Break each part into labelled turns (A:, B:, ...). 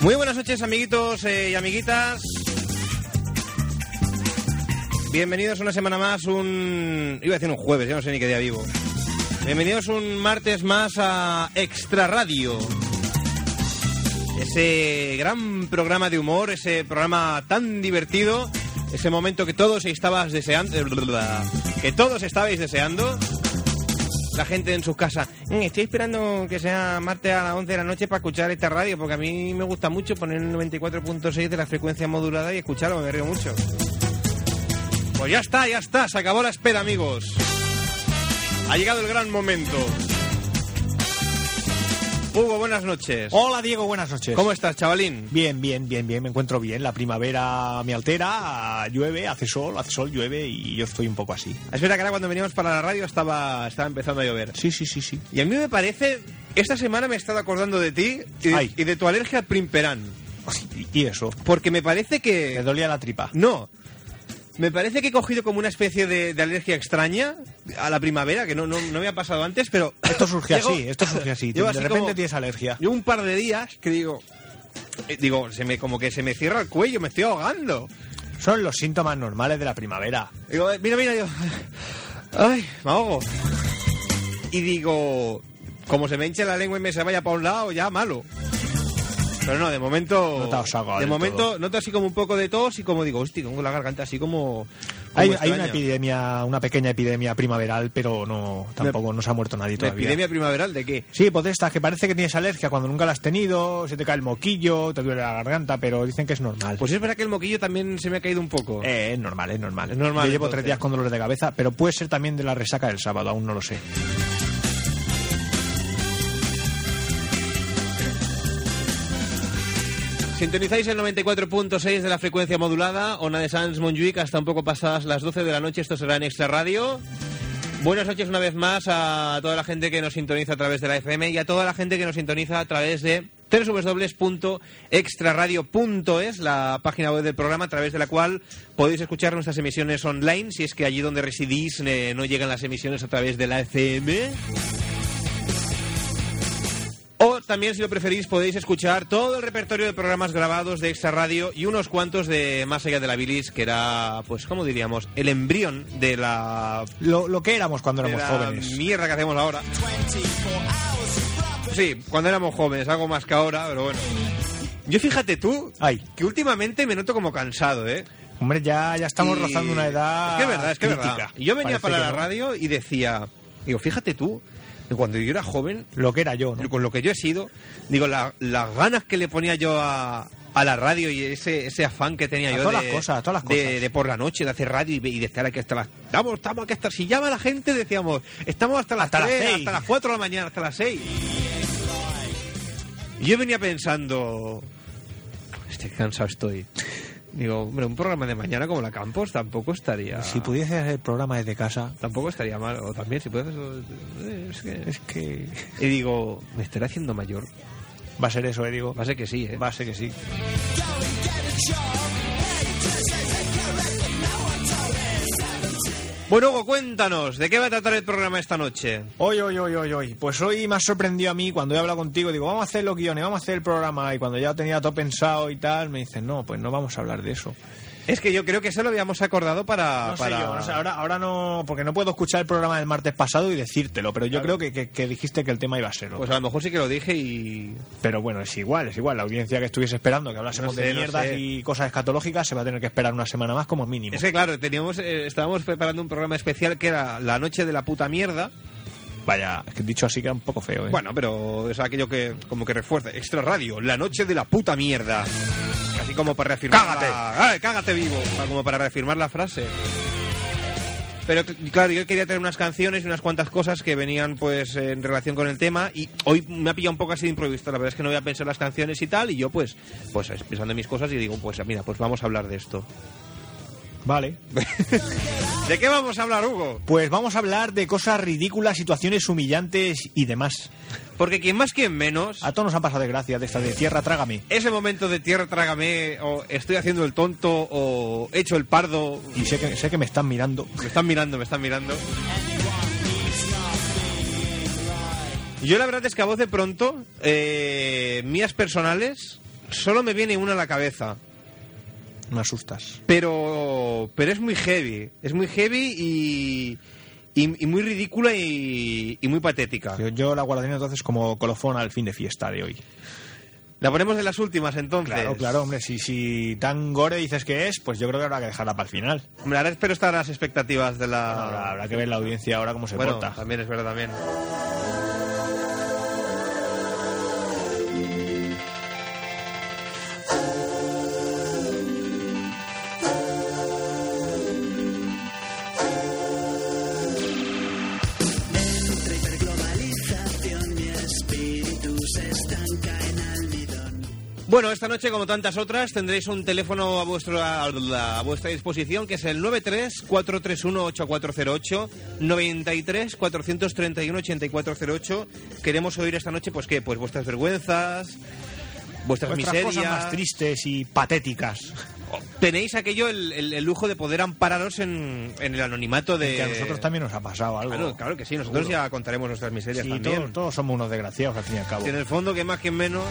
A: Muy buenas noches, amiguitos eh, y amiguitas. Bienvenidos una semana más, un. iba a decir un jueves, ya no sé ni qué día vivo. Bienvenidos un martes más a Extra Radio. Ese gran programa de humor, ese programa tan divertido, ese momento que todos estabas deseando. que todos estabais deseando. La gente en sus casas. "Mm, Estoy esperando que sea martes a las 11 de la noche para escuchar esta radio, porque a mí me gusta mucho poner el 94.6 de la frecuencia modulada y escucharlo, me río mucho. Pues ya está, ya está, se acabó la espera, amigos. Ha llegado el gran momento. Hugo, buenas noches.
B: Hola Diego, buenas noches.
A: ¿Cómo estás, chavalín?
B: Bien, bien, bien, bien, me encuentro bien. La primavera me altera, llueve, hace sol, hace sol, llueve y yo estoy un poco así.
A: Es verdad que ahora cuando veníamos para la radio estaba, estaba empezando a llover.
B: Sí, sí, sí, sí.
A: Y a mí me parece, esta semana me he estado acordando de ti y de,
B: Ay.
A: y de tu alergia al primperán.
B: Y eso,
A: Porque me parece
B: me
A: que...
B: dolía la tripa.
A: No. Me parece que he cogido como una especie de, de alergia extraña a la primavera, que no, no, no me ha pasado antes, pero...
B: Esto surge
A: Llego-
B: así, esto surge así.
A: llego
B: De
A: así
B: repente
A: como-
B: tienes alergia.
A: Yo un par de días que digo... eh, Digo, se me, como que se me cierra el cuello, me estoy ahogando.
B: Son los síntomas normales de la primavera.
A: Digo, eh, mira, mira, yo. Ay, me ahogo. Y digo, como se me hinche la lengua y me se vaya para un lado, ya malo. Pero no, de momento.
B: No te has
A: De
B: ahogado del
A: momento,
B: todo.
A: noto así como un poco de tos y como digo, hostia, tengo la garganta así como. como
B: Hay, hay
A: extraña.
B: una epidemia, una pequeña epidemia primaveral, pero no, tampoco no se ha muerto nadie
A: ¿Una
B: todavía.
A: epidemia primaveral de qué?
B: Sí, pues de estas que parece que tienes alergia cuando nunca la has tenido, se te cae el moquillo, te duele la garganta, pero dicen que es normal.
A: Pues es verdad que el moquillo también se me ha caído un poco.
B: Eh, es normal, es normal.
A: Pues Es normal,
B: Yo llevo
A: entonces.
B: tres días con dolores de cabeza, pero puede ser también de la resaca del sábado, aún no lo sé.
A: Sintonizáis el 94.6 de la frecuencia modulada, Ona de Sans Monjuic, hasta un poco pasadas las 12 de la noche, esto será en Extra Radio. Buenas noches una vez más a toda la gente que nos sintoniza a través de la FM y a toda la gente que nos sintoniza a través de www.extraradio.es, la página web del programa a través de la cual podéis escuchar nuestras emisiones online, si es que allí donde residís eh, no llegan las emisiones a través de la FM. O también, si lo preferís, podéis escuchar todo el repertorio de programas grabados de Extra Radio y unos cuantos de Más Allá de la Bilis, que era, pues, ¿cómo diríamos? El embrión de la,
B: Lo, lo que éramos cuando
A: de
B: éramos
A: la
B: jóvenes.
A: mierda que hacemos ahora. Sí, cuando éramos jóvenes, algo más que ahora, pero bueno. Yo fíjate tú,
B: Ay.
A: que últimamente me noto como cansado, ¿eh?
B: Hombre, ya, ya estamos
A: Y-
B: rozando una edad.
A: Es que es verdad, es que es
B: crítica.
A: verdad. Yo venía
B: Parece
A: para
B: que
A: la
B: no.
A: radio y decía, digo, fíjate tú, que cuando yo era joven
B: Lo que era yo, ¿no?
A: Yo, con lo que yo he sido, digo, la- las ganas que le ponía yo a, a la radio y ese, ese afán que tenía
B: A
A: yo
B: todas
A: de,
B: las cosas, a todas las
A: de-
B: cosas.
A: de por la noche, de hacer radio y, de- y de estar aquí hasta las... Vamos, estamos aquí hasta... Si llama la gente, decíamos, estamos hasta las
B: Hasta las
A: 3,
B: seis.
A: hasta las 4 de la mañana, hasta las 6. Y yo venía pensando... Estoy cansado estoy. Digo, hombre, un programa de mañana como la Campos tampoco estaría...
B: Si pudiese hacer el programa desde casa,
A: Tampoco estaría mal, o también si puedes... o- eh, es que-
B: es que.
A: Y digo, me estaré haciendo mayor.
B: Va a ser eso, eh, digo.
A: Va a ser que sí, ¿eh?
B: Va a ser que sí.
A: Bueno, Hugo, cuéntanos, ¿de qué va a tratar el programa esta noche?
B: Hoy, hoy, hoy, hoy, hoy. Pues hoy me ha sorprendido a mí cuando he hablado contigo. Digo, vamos a hacer los guiones, vamos a hacer el programa. Y cuando ya lo tenía todo pensado y tal, me dicen, no, pues no vamos a hablar de eso.
A: Es que yo creo que eso lo habíamos acordado para...
B: No sé
A: Ah, para-
B: yo, no sé, ahora, ahora no, porque no puedo escuchar el programa del martes pasado y decírtelo, pero yo
A: Claro.
B: creo que, que- que dijiste que el tema iba a ser otro.
A: Pues a lo mejor sí que lo dije y...
B: pero bueno, es igual, es igual. La audiencia que estuviese esperando que hablásemos
A: No sé,
B: de
A: no
B: mierdas
A: sé.
B: y cosas escatológicas se va a tener que esperar una semana más como mínimo.
A: Es que claro, teníamos, eh, estábamos preparando un programa especial que era La Noche de la Puta Mierda.
B: Vaya, es que dicho así queda un poco feo, ¿eh?
A: Pues Bueno, pero es aquello que como que refuerza. Extra Radio, La Noche de la Puta Mierda. Casi como para reafirmar...
B: ¡Cágate!
A: la- ¡Ay, cágate vivo! O sea, Como para reafirmar la frase. Pero c- claro, yo quería tener unas canciones y unas cuantas cosas que venían pues en relación con el tema y hoy me ha pillado un poco así de improviso. La verdad es que no había pensado en las canciones y tal y yo pues pues pensando en mis cosas y digo, pues mira, pues vamos a hablar de esto.
B: Vale.
A: ¿De qué vamos a hablar, Hugo?
B: Pues vamos a hablar de cosas ridículas, situaciones humillantes y demás.
A: Porque quien más quien menos
B: A todos nos han pasado desgracias de estas de tierra, trágame.
A: ese momento de tierra trágame o estoy haciendo el tonto o he hecho el pardo,
B: Y sé que, sé que me están mirando.
A: me están mirando, me están mirando. Yo la verdad es que a voz de pronto, eh, mías personales, Solo me viene una a la cabeza.
B: Me asustas.
A: Pero, pero es muy heavy. Es muy heavy y, y, y muy ridícula y, y muy patética.
B: Yo, yo la guardaría entonces como colofón al fin de fiesta de hoy.
A: La ponemos de las últimas entonces.
B: Claro, claro, hombre, si, si tan gore dices que es, pues yo creo que habrá que dejarla para el final.
A: Hombre, ahora espero estar a las expectativas de la.
B: Habrá, habrá que ver la audiencia ahora cómo se
A: Ah. bueno,
B: porta.
A: también es verdad, también.
C: Nutre hiperglobalización, mi espíritu se estanca en almidón.
A: Bueno, esta noche, como tantas otras, tendréis un teléfono a, vuestro, a, vuestra disposición, que es el 93-431-8408, 93-431-8408. Queremos oír esta noche, pues qué, pues vuestras vergüenzas, vuestras,
B: Vuestras
A: miserias.
B: cosas más tristes y patéticas.
A: Tenéis aquello, el, el- el lujo de poder ampararos en, en el anonimato de...
B: Que a nosotros también nos ha pasado algo.
A: Eh, Claro, claro que sí, nosotros
B: Seguro.
A: ya contaremos nuestras miserias
B: Sí,
A: también.
B: todos, todos somos unos desgraciados al fin y al cabo.
A: Que en el fondo, que más que menos...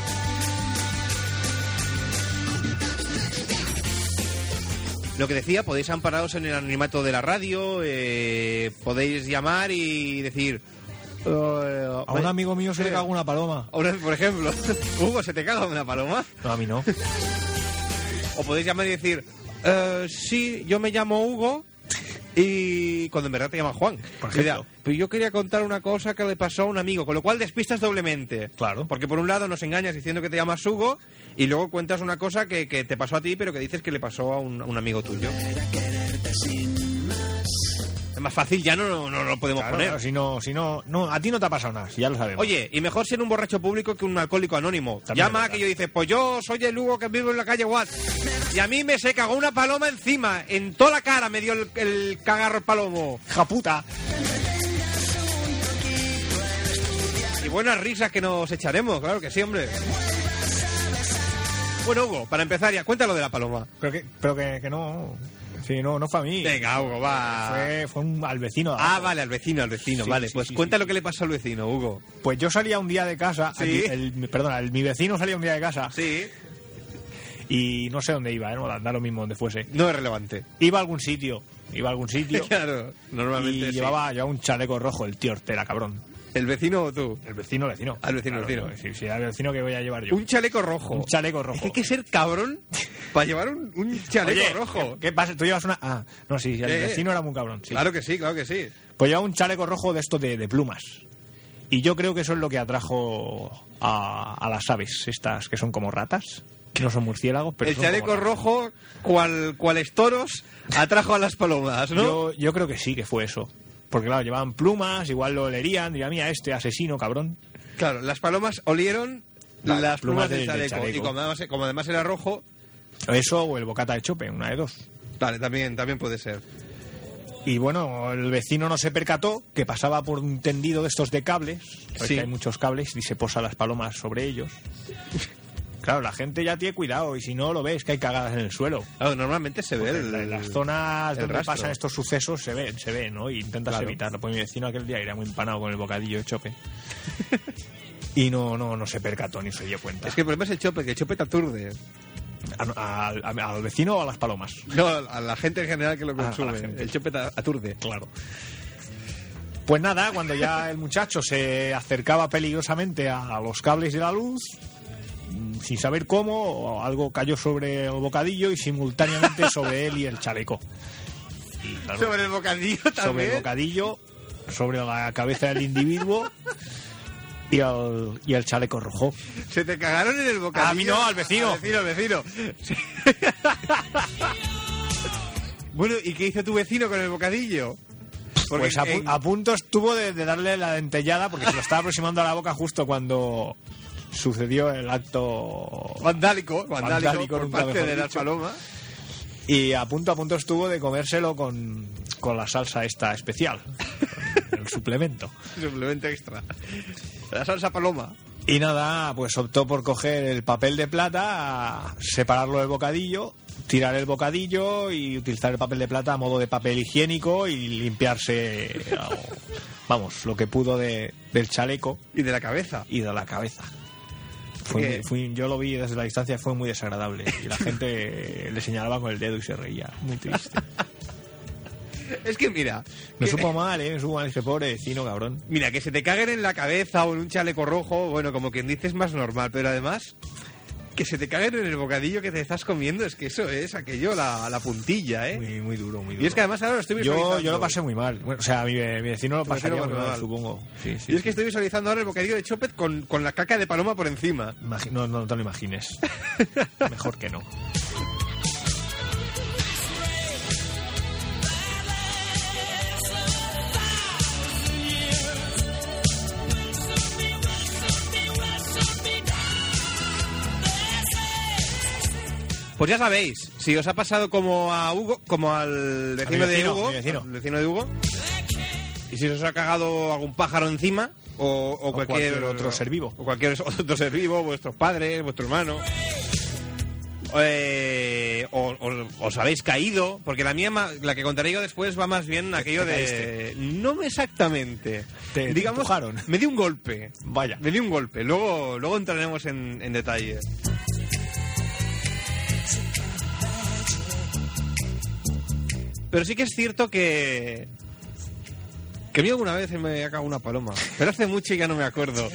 A: Lo que decía, podéis ampararos en el anonimato de la radio, eh, podéis llamar y decir... eh,
B: A un amigo mío se le
A: eh,
B: cagó una paloma.
A: ahora, por ejemplo, Hugo, ¿se te caga una paloma?
B: No, a mí no.
A: O podéis llamar y decir, eh, sí, yo me llamo Hugo y cuando en verdad te llama Juan.
B: Por
A: Mira,
B: ejemplo.
A: pues yo quería contar una cosa que le pasó a un amigo, con lo cual despistas doblemente.
B: Claro.
A: Porque por un lado nos engañas diciendo que te llamas Hugo y luego cuentas una cosa que, que te pasó a ti pero que dices que le pasó a un, a un amigo tuyo. Es más fácil, ya no, no, no lo podemos
B: Claro,
A: poner.
B: claro, si no, si no, no, a ti no te ha pasado nada, si ya lo sabemos.
A: Oye, y mejor ser un borracho público que un alcohólico anónimo.
B: También es
A: Llama
B: verdad.
A: que yo dices, pues yo soy el Hugo que vivo en la calle Watt. Y a mí me se cagó una paloma encima. En toda la cara me dio el, el cagarro el palomo.
B: hija puta.
A: Y buenas risas que nos echaremos, claro que sí, hombre. Bueno, Hugo, para empezar ya, cuéntalo de la paloma.
B: Pero que, pero que, que no. Sí, no, no fue a mí.
A: Venga, Hugo, va.
B: Fue, fue un- al vecino.
A: Ah, vale, al vecino, al vecino,
B: Sí,
A: vale.
B: sí,
A: pues
B: sí,
A: cuenta
B: sí,
A: lo que le pasó al vecino, Hugo.
B: Pues yo salía un día de casa.
A: Sí.
B: El, el- perdona, el- mi vecino salía un día de casa.
A: Sí.
B: Y no sé dónde iba, ¿eh? no, da- da lo mismo donde fuese.
A: No es relevante.
B: Iba a algún sitio. Iba a algún sitio.
A: Claro,
B: y
A: normalmente sí.
B: llevaba, llevaba un chaleco rojo, el tío Hortera, cabrón.
A: ¿El vecino o tú?
B: El vecino, vecino.
A: Al vecino,
B: Claro,
A: vecino.
B: no, Sí, sí, al vecino que voy a llevar yo.
A: Un chaleco rojo.
B: Un chaleco rojo.
A: Es que hay que ser cabrón para llevar un, un chaleco
B: Oye,
A: rojo.
B: ¿Qué pasa? Tú llevas una. Ah, no, sí, sí, el
A: Eh,
B: vecino era muy cabrón. sí.
A: Claro que sí, claro que sí.
B: Pues llevaba un chaleco rojo de esto de, de plumas. Y yo creo que eso es lo que atrajo a, a las aves, estas que son como ratas, que no son murciélagos, pero.
A: el
B: son como
A: chaleco
B: ratas.
A: rojo, cual, cuales toros, atrajo a las palomas, ¿no?
B: Yo, yo creo que sí que fue eso. Porque claro, llevaban plumas, igual lo olerían, diría, mira, este asesino, cabrón.
A: Claro, las palomas olieron
B: Las
A: las plumas
B: plumas
A: del
B: del-
A: chaleco.
B: del chaleco.
A: Y como además, como además era rojo,
B: O Eso o el bocata de chope, una de dos.
A: vale, también, también puede ser.
B: Y bueno, el vecino no se percató que pasaba por un tendido de estos de cables, porque
A: Sí.
B: hay muchos cables y se posa las palomas sobre ellos. Claro, la gente ya tiene cuidado y si no lo ves que hay cagadas en el suelo.
A: Claro, normalmente se ve
B: Porque
A: el-
B: Pues en la- en las zonas
A: el
B: donde
A: rastro.
B: pasan estos sucesos se ven, se ven, ¿no? Y intentas
A: Claro.
B: evitarlo. Pues mi vecino aquel día era muy empanado con el bocadillo de chope. y no, no, no se percató ni se dio cuenta.
A: Es que el problema es el chope, que el chope te aturde.
B: A- a- a- ¿Al vecino o a las palomas?
A: No, a la gente en general que lo
B: Ah, a la
A: consume.
B: gente.
A: el chope te aturde.
B: Claro. Pues nada, cuando ya el muchacho se acercaba peligrosamente a los cables de la luz, mm, sin saber cómo, algo cayó sobre el bocadillo y simultáneamente sobre él y el chaleco. Y, claro,
A: Sobre el bocadillo también.
B: sobre el bocadillo, sobre la cabeza del individuo y el, y el chaleco rojo.
A: Se te cagaron en el bocadillo.
B: A mí no, al vecino.
A: Al vecino, al vecino. Sí. bueno, ¿y qué hizo tu vecino con el bocadillo? Porque
B: pues a, pu-
A: en-
B: a punto estuvo de, de darle la dentellada porque se lo estaba aproximando a la boca justo cuando sucedió el acto
A: vandálico, vandálico,
B: vandálico,
A: por
B: nunca
A: parte
B: mejor
A: de las
B: dicho.
A: palomas.
B: Y a punto a punto estuvo de comérselo con, con la salsa esta especial, con el suplemento.
A: Simplemente extra. La salsa paloma.
B: Y nada, pues optó por coger el papel de plata, separarlo del bocadillo, tirar el bocadillo y utilizar el papel de plata a modo de papel higiénico y limpiarse, o- vamos, lo que pudo de- del chaleco
A: Y de la cabeza.
B: y de la cabeza. Fue
A: que-
B: muy- fui- yo lo vi desde la distancia, fue muy desagradable. Y la gente le señalaba con el dedo y se reía. Muy triste.
A: Es que mira,
B: Me
A: que-
B: supo mal, ¿eh? Me supo mal ese pobre vecino, cabrón.
A: mira, que se te caguen en la cabeza o en un chaleco rojo, bueno, como quien dice es más normal, pero además que se te caguen en el bocadillo que te estás comiendo, es que eso es aquello, la, la puntilla, ¿eh?
B: Muy, muy duro, muy duro.
A: y es que además ahora lo estoy
B: yo,
A: visualizando.
B: yo lo pasé muy mal. Bueno, o sea, mi, eh, mi vecino lo
A: Tu vecino
B: pasaría
A: lo
B: muy
A: pasó
B: mal,
A: mal.
B: supongo. Sí, sí,
A: y es que
B: sí.
A: estoy visualizando ahora el bocadillo de Chopet con, con la caca de paloma por encima.
B: Imagi- No, no te lo imagines. Mejor que no.
A: Pues ya sabéis, si os ha pasado como a Hugo, como al vecino,
B: A mi vecino,
A: de Hugo,
B: mi vecino.
A: al vecino de Hugo, y si os ha cagado algún pájaro encima o, o cualquier,
B: cualquier otro ser vivo.
A: o cualquier otro ser vivo, vuestros padres, vuestro hermano. Eh, o, o- os habéis caído, porque la mía, ma- la que contaré yo después, va más bien aquello
B: te
A: de. No exactamente.
B: Te- te
A: Digamos,
B: empujaron.
A: me di un golpe.
B: Vaya.
A: Me di un golpe. Luego, luego entraremos en, en detalle. Pero sí que es cierto que. Que a mí alguna vez me ha cagado una paloma. Pero hace mucho y ya no me acuerdo.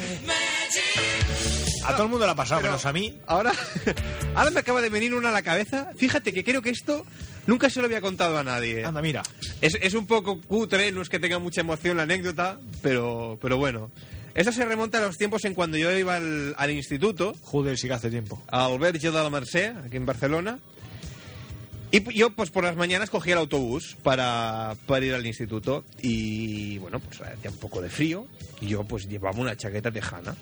B: A todo el mundo le ha pasado, menos a mí.
A: Ahora, ahora me acaba de venir una a la cabeza. Fíjate que creo que esto nunca se lo había contado a nadie.
B: Anda, mira.
A: Es, es un poco cutre, no es que tenga mucha emoción la anécdota, pero, pero bueno. Esto se remonta a los tiempos en cuando yo iba al, al instituto,
B: Joder, sí que hace tiempo.
A: al Verge de la Mercè, aquí en Barcelona. Y p- yo, pues por las mañanas cogía el autobús para, para ir al instituto. Y bueno, pues hacía un poco de frío. Y yo, pues llevaba una chaqueta tejana.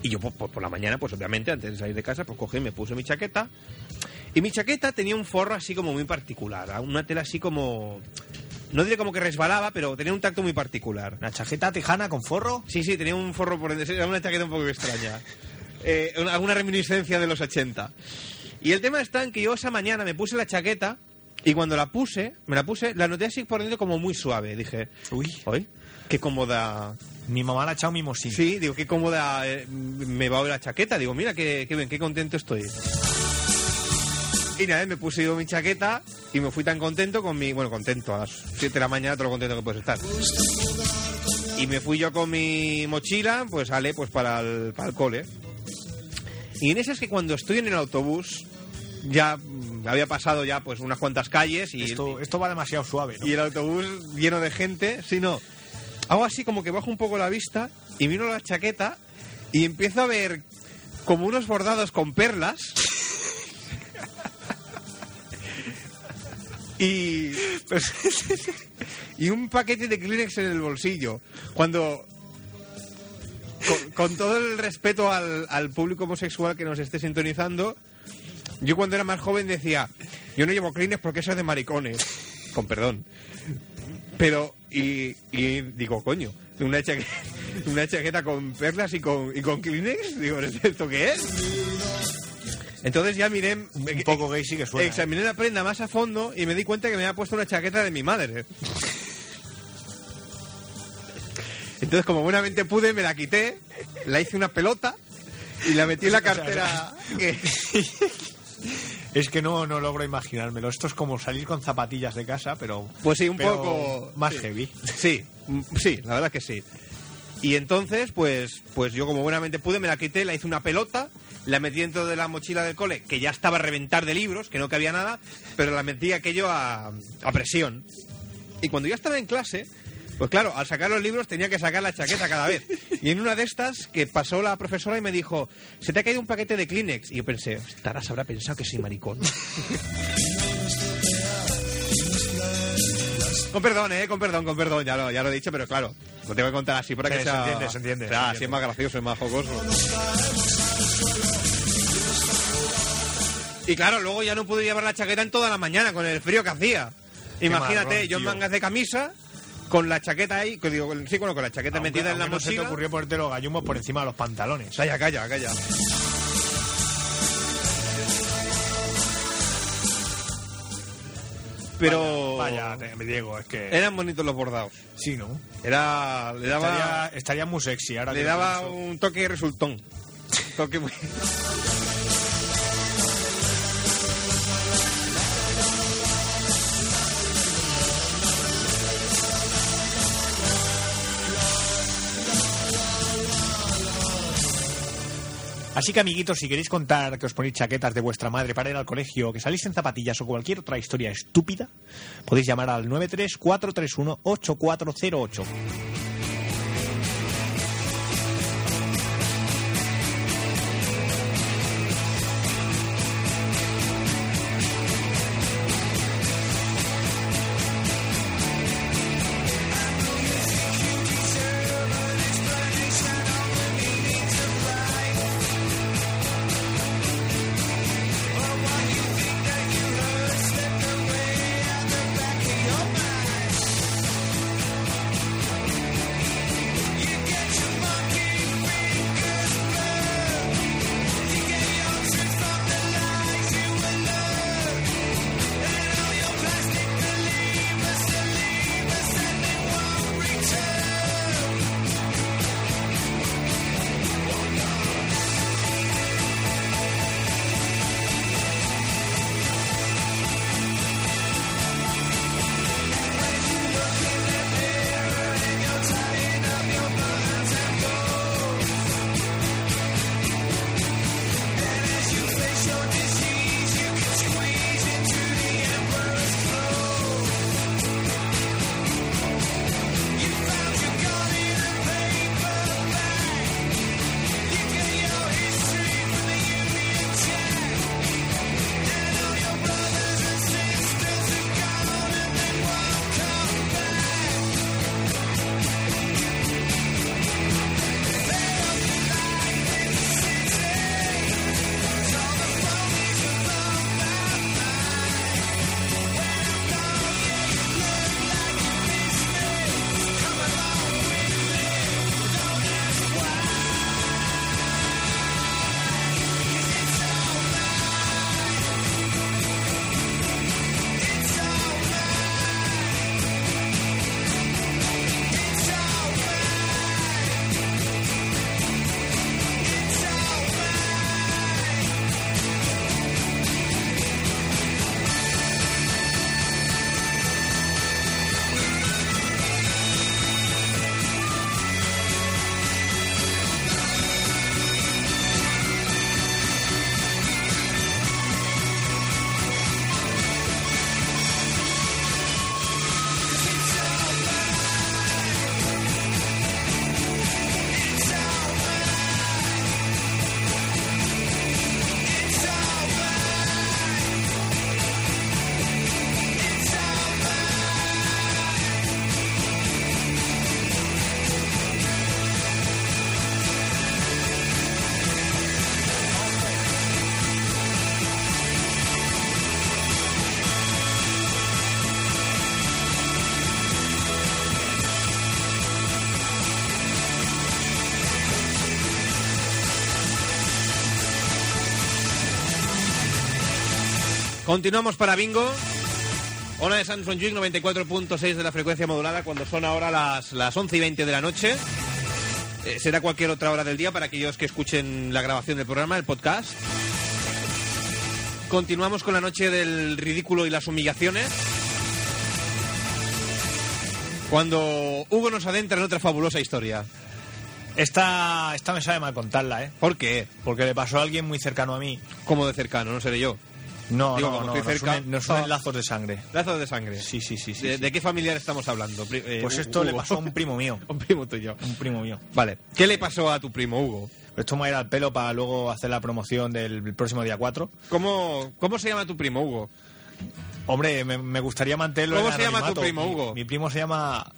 A: Y yo, pues, por, por la mañana, pues obviamente, antes de salir de casa, pues cogí y me puse mi chaqueta. Y mi chaqueta tenía un forro así como muy particular. ¿ah? Una tela así como. No diré como que resbalaba, pero tenía un tacto muy particular.
B: Una chajeta tejana con forro.
A: Sí, sí, tenía un forro por dentro. Era una chaqueta un poco extraña. Eh, una- alguna reminiscencia de los 80. Y el tema está en que yo esa mañana me puse la chaqueta y cuando la puse, me la puse, la noté así por dentro como muy suave. Dije,
B: Uy.
A: hoy qué cómoda.
B: Mi mamá le ha echado mimosín.
A: Sí, digo, qué cómoda eh, me va hoy la chaqueta. Digo, mira, qué, qué bien, qué contento estoy. Y nada, me puse yo mi chaqueta y me fui tan contento con mi... Bueno, contento, a las 7 de la mañana, todo lo contento que puedes estar. Y me fui yo con mi mochila, pues ale, pues para el, para el cole. Y en esas que cuando estoy en el autobús, ya mm, había pasado ya pues unas cuantas calles y...
B: Esto, esto va demasiado suave, ¿no?
A: Y el autobús lleno de gente, si no. Hago así como que bajo un poco la vista y miro la chaqueta y empiezo a ver como unos bordados con perlas. y. y un paquete de Kleenex en el bolsillo. Cuando. Con, con todo el respeto al, al público homosexual que nos esté sintonizando, yo cuando era más joven decía, yo no llevo Kleenex porque eso es de maricones. Con perdón. Pero, y, y digo, coño, una chaqueta, una chaqueta con perlas y con, y con Kleenex, digo, ¿esto qué es? Entonces ya miré...
B: Un poco gay sí que
A: Pues-
B: suena. ¿eh?
A: Examiné la prenda más a fondo y me di cuenta que me había puesto una chaqueta de mi madre. Entonces, como buenamente pude, me la quité, la hice una pelota y la metí en la cartera. que-
B: ¿eh? Es que no, no logro imaginármelo. Esto es como salir con zapatillas de casa, pero.
A: Pues sí, un
B: pero
A: poco
B: Más
A: sí.
B: heavy.
A: Sí, mm, sí, la verdad que sí. Y entonces, pues, pues yo como buenamente pude, me la quité, la hice una pelota, la metí dentro de la mochila del cole, que ya estaba a reventar de libros, que no cabía nada, pero la metí aquello a, a presión. Y cuando yo estaba en clase, pues claro, al sacar los libros tenía que sacar la chaqueta cada vez. Y en una de estas que pasó la profesora y me dijo, se te ha caído un paquete de Kleenex. Y yo pensé, estarás habrá pensado que soy maricón. Con perdón, eh, con perdón, con perdón, ya lo, ya lo he dicho, pero claro, lo tengo que contar así para
B: Sí,
A: que
B: se
A: sea...
B: entiende, se entiende,
A: Claro, así
B: se
A: es
B: entiende.
A: más gracioso, es más jocoso. Y claro, luego ya no pude llevar la chaqueta en toda la mañana con el frío que hacía. Imagínate,
B: marrón,
A: yo en
B: tío.
A: mangas de camisa, con la chaqueta ahí, que digo, con- sí, bueno, con la chaqueta
B: Aunque-
A: metida en la
B: aunque no se te
A: mochila.
B: ocurrió ponerte los gallumos por encima de los pantalones.
A: Calla, calla, calla. Pero
B: Vaya, vaya, me Diego, es que.
A: eran bonitos los bordados.
B: Sí, ¿no?
A: Era, le daba,
B: Estaría, estaría muy sexy ahora.
A: le
B: que lo
A: daba
B: pienso.
A: un toque resultón. Porque muy-
B: Así que, amiguitos, si queréis contar que os ponéis chaquetas de vuestra madre para ir al colegio, que salís en zapatillas o cualquier otra historia estúpida, podéis llamar al 934318408.
A: Continuamos para Bingo. Hola de Samsung Juic 94.6 de la frecuencia modulada cuando son ahora las, las 11 y 20 de la noche. Eh, será cualquier otra hora del día para aquellos que escuchen la grabación del programa, el podcast. Continuamos con la noche del ridículo y las humillaciones. Cuando Hugo nos adentra en otra fabulosa historia.
B: Esta, esta me sabe mal contarla, ¿eh?
A: ¿Por qué?
B: Porque le pasó a alguien muy cercano a mí.
A: Como de cercano, no seré yo.
B: No,
A: Digo,
B: no,
A: como
B: no,
A: estoy
B: nos
A: cerca.
B: unen- nos unen lazos de sangre.
A: Lazos de sangre.
B: Sí, sí, sí, sí.
A: ¿De,
B: sí.
A: de qué familiar estamos hablando? Pri- eh,
B: Pues
A: Hu-
B: esto le
A: Hugo.
B: pasó a un primo mío.
A: Un primo tuyo.
B: Un primo mío.
A: Vale. ¿Qué le pasó a tu primo Hugo?
B: Esto me va a ir al pelo para luego hacer la promoción del próximo día 4.
A: ¿Cómo, cómo se llama tu primo Hugo?
B: Hombre, me, me gustaría mantenerlo
A: ¿Cómo
B: en
A: se llama tu
B: anonimato.
A: primo,
B: Mi-
A: Hugo?
B: Mi, primo se llama...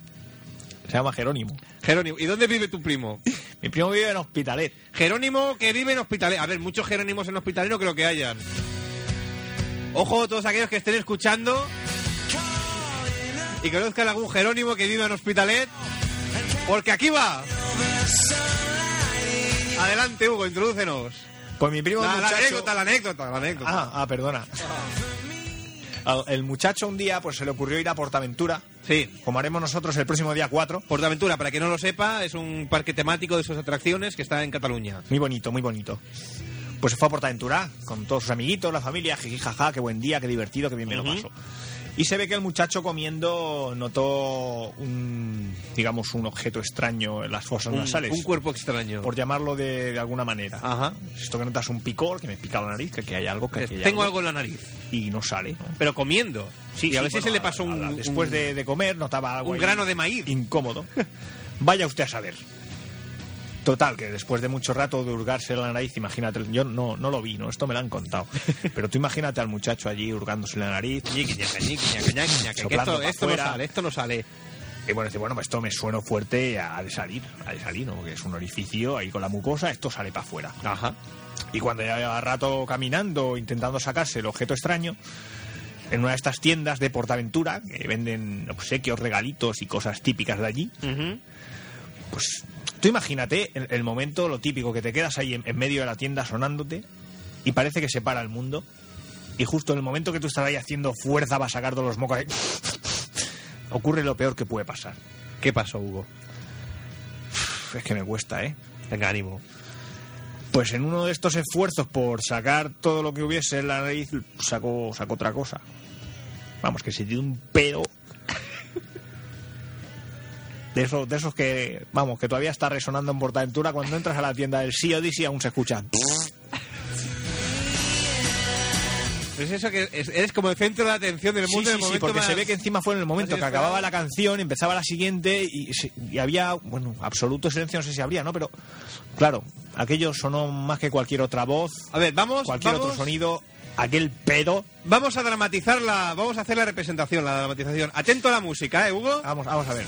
B: Se llama Jerónimo.
A: Jerónimo. ¿Y dónde vive tu primo?
B: Mi primo vive en Hospitalet.
A: Jerónimo que vive en Hospitalet. A ver, muchos Jerónimos en Hospitalet no creo que hayan. Ojo, todos aquellos que estén escuchando y conozcan algún Jerónimo que viva en Hospitalet, porque aquí va. Adelante, Hugo, introdúcenos.
B: Pues mi primo
A: La, la
B: muchacho...
A: anécdota, la anécdota, la anécdota.
B: Ah, ah, perdona. Al- El muchacho un día pues se le ocurrió ir a Portaventura,
A: Sí.
B: como haremos nosotros el próximo día 4.
A: Portaventura, para que no lo sepa, es un parque temático de sus atracciones que está en Cataluña.
B: Muy bonito, muy bonito. Pues se fue a Portaventura con todos sus amiguitos, la familia, jiji, jaja, qué buen día, qué divertido, qué bien me
A: Ujú.
B: lo paso. Y se ve que el muchacho comiendo notó un, digamos, un objeto extraño en las fosas
A: Un,
B: nasales.
A: un cuerpo extraño.
B: por llamarlo de, de alguna manera.
A: Ajá.
B: Esto que notas un picor, que me pica la nariz, que aquí hay algo, que aquí hay
A: Tengo algo en la nariz,
B: Y no sale, ¿no?
A: pero comiendo. y a veces
B: bueno,
A: se le pasó
B: a-
A: un,
B: a- Después
A: un-
B: de, de comer notaba algo
A: un
B: ahí
A: grano de maíz.
B: incómodo. Vaya usted a saber. Total, que después de mucho rato de hurgarse la nariz, imagínate, yo no, no lo vi, ¿no? esto me lo han contado. Pero tú imagínate al muchacho allí hurgándose la nariz.
A: Ñiqui, ñaca, ñiqui, ñaca, ñaqui, ñaca, que Esto,
B: Soplando pa'
A: esto no
B: fuera.
A: sale, esto no sale.
B: Y bueno, dice, bueno, pues esto me suena fuerte, ha de salir, ha de salir, ¿no? Porque es un orificio ahí con la mucosa, esto sale para afuera.
A: Ajá.
B: Y cuando ya lleva rato caminando, intentando sacarse el objeto extraño, en una de estas tiendas de Portaventura, que venden obsequios, regalitos y cosas típicas de allí, pues tú imagínate el, el momento, lo típico, que te quedas ahí en, en medio de la tienda sonándote y parece que se para el mundo. Y justo en el momento que tú estás ahí haciendo fuerza para sacar todos los mocos, ahí, ocurre lo peor que puede pasar.
A: ¿Qué pasó, Hugo?
B: Uf, Es que me cuesta, ¿eh?
A: Venga, ánimo.
B: Pues en uno de estos esfuerzos por sacar todo lo que hubiese en la nariz, sacó, sacó otra cosa. Vamos, que se dio un pedo. De esos, de esos que, vamos, que todavía está resonando en Portaventura cuando entras a la tienda del sí Odyssey aún se escucha.
A: Es eso que es- eres como el centro de atención del
B: Sí,
A: mundo en el
B: sí, sí,
A: momento
B: porque
A: más-
B: se ve que encima fue en el momento
A: más
B: que acababa
A: inesperado.
B: la canción, empezaba la siguiente y, se- y había, bueno, absoluto silencio, no sé si habría, ¿no? Pero, claro, aquello sonó más que cualquier otra voz,
A: A ver, vamos,
B: cualquier
A: vamos,
B: otro sonido, aquel pedo.
A: vamos a dramatizar la... Vamos a hacer la representación, la dramatización. Atento a la música, ¿eh, Hugo?
B: Vamos, vamos a ver.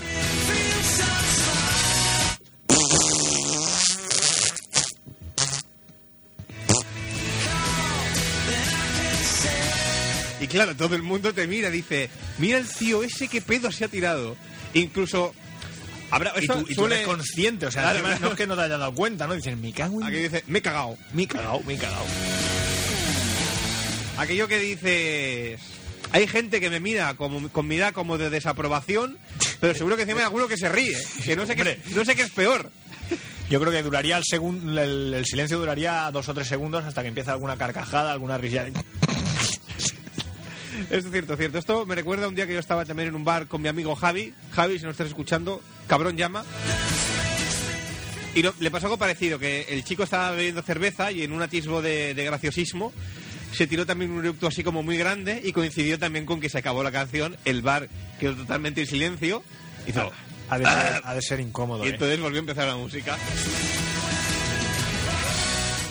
A: Y claro, todo el mundo te mira, dice, mira el tío ese que pedo se ha tirado. Incluso... Habrá,
B: Y
A: esto
B: tú, y tú
A: suele-
B: eres consciente, o sea,
A: Claro,
B: encima
A: claro.
B: no es que no te hayas dado cuenta, ¿no? Dices, me cago en...
A: Aquí dice, me he cagado.
B: Me he cagado, me he cagado.
A: Aquello que dices... Hay gente que me mira como, con mirada como de desaprobación, pero seguro que encima hay alguno que se ríe. Que no sé qué,
B: Hombre.
A: no sé qué es peor.
B: Yo creo que duraría el, segun- el, el silencio duraría dos o tres segundos hasta que empieza alguna carcajada, alguna risa.
A: Esto es cierto, cierto. Esto me recuerda un día que yo estaba también en un bar con mi amigo Javi. Javi, si nos estás escuchando, cabrón llama. Y lo- le pasó algo parecido, que el chico estaba bebiendo cerveza y en un atisbo de, de graciosismo se tiró también un eructo así como muy grande y coincidió también con que se acabó la canción, el bar quedó totalmente en silencio hizo-
B: Ha de ser, ha de ser incómodo,
A: y
B: ¿eh?
A: entonces volvió a empezar la música.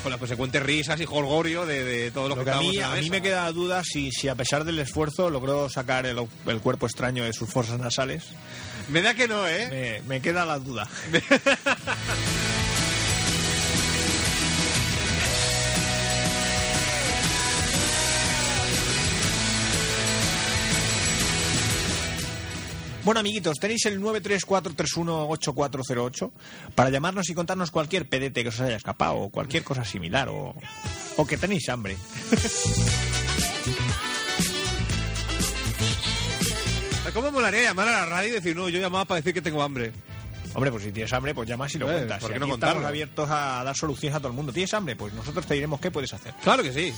A: Con las consecuentes risas y jolgorio de, de todo lo,
B: Lo
A: que,
B: que a
A: estábamos
B: mí,
A: en la
B: a mí
A: mesa.
B: me queda duda si, si a pesar del esfuerzo logró sacar el, el cuerpo extraño de sus fosas nasales.
A: Me da que no, ¿eh?
B: Me, me queda la duda. Bueno, amiguitos, tenéis el 934318408 para llamarnos y contarnos cualquier PDT que os haya escapado o cualquier cosa similar o, o que tenéis hambre.
A: ¿Cómo molaría llamar a la radio y decir, no, yo llamaba para decir que tengo hambre?
B: Hombre, pues si tienes hambre, pues llamas y lo
A: Eh,
B: cuentas.
A: ¿por
B: Si
A: qué no
B: aquí
A: contarlo?
B: estamos abiertos a dar soluciones a todo el mundo. ¿Tienes hambre? Pues nosotros te diremos qué puedes hacer.
A: Claro que sí.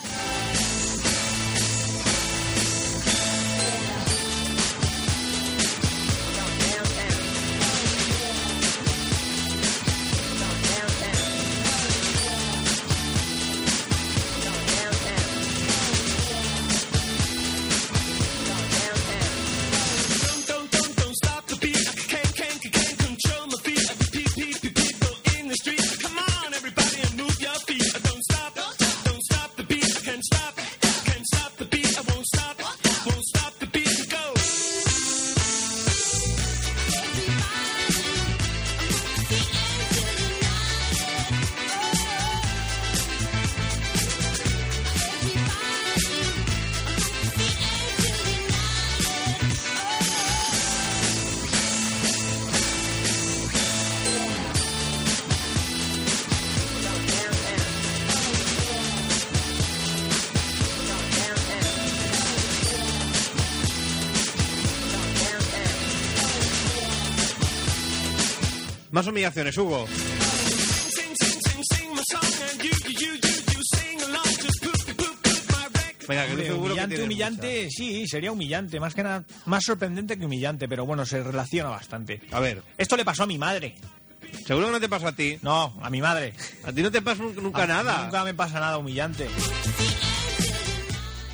A: Más humillaciones, Hugo. Venga, que
B: Hombre,
A: estoy seguro que
B: humillante,
A: tienes
B: humillante, sí, sería humillante, más que nada, más sorprendente que humillante, pero bueno, se relaciona bastante.
A: mucha. A ver,
B: Esto le pasó a mi madre.
A: seguro que no te pasa a ti.
B: No, a mi madre.
A: A ti no te pasa nun- nunca
B: A-
A: nada.
B: Nunca me pasa nada humillante.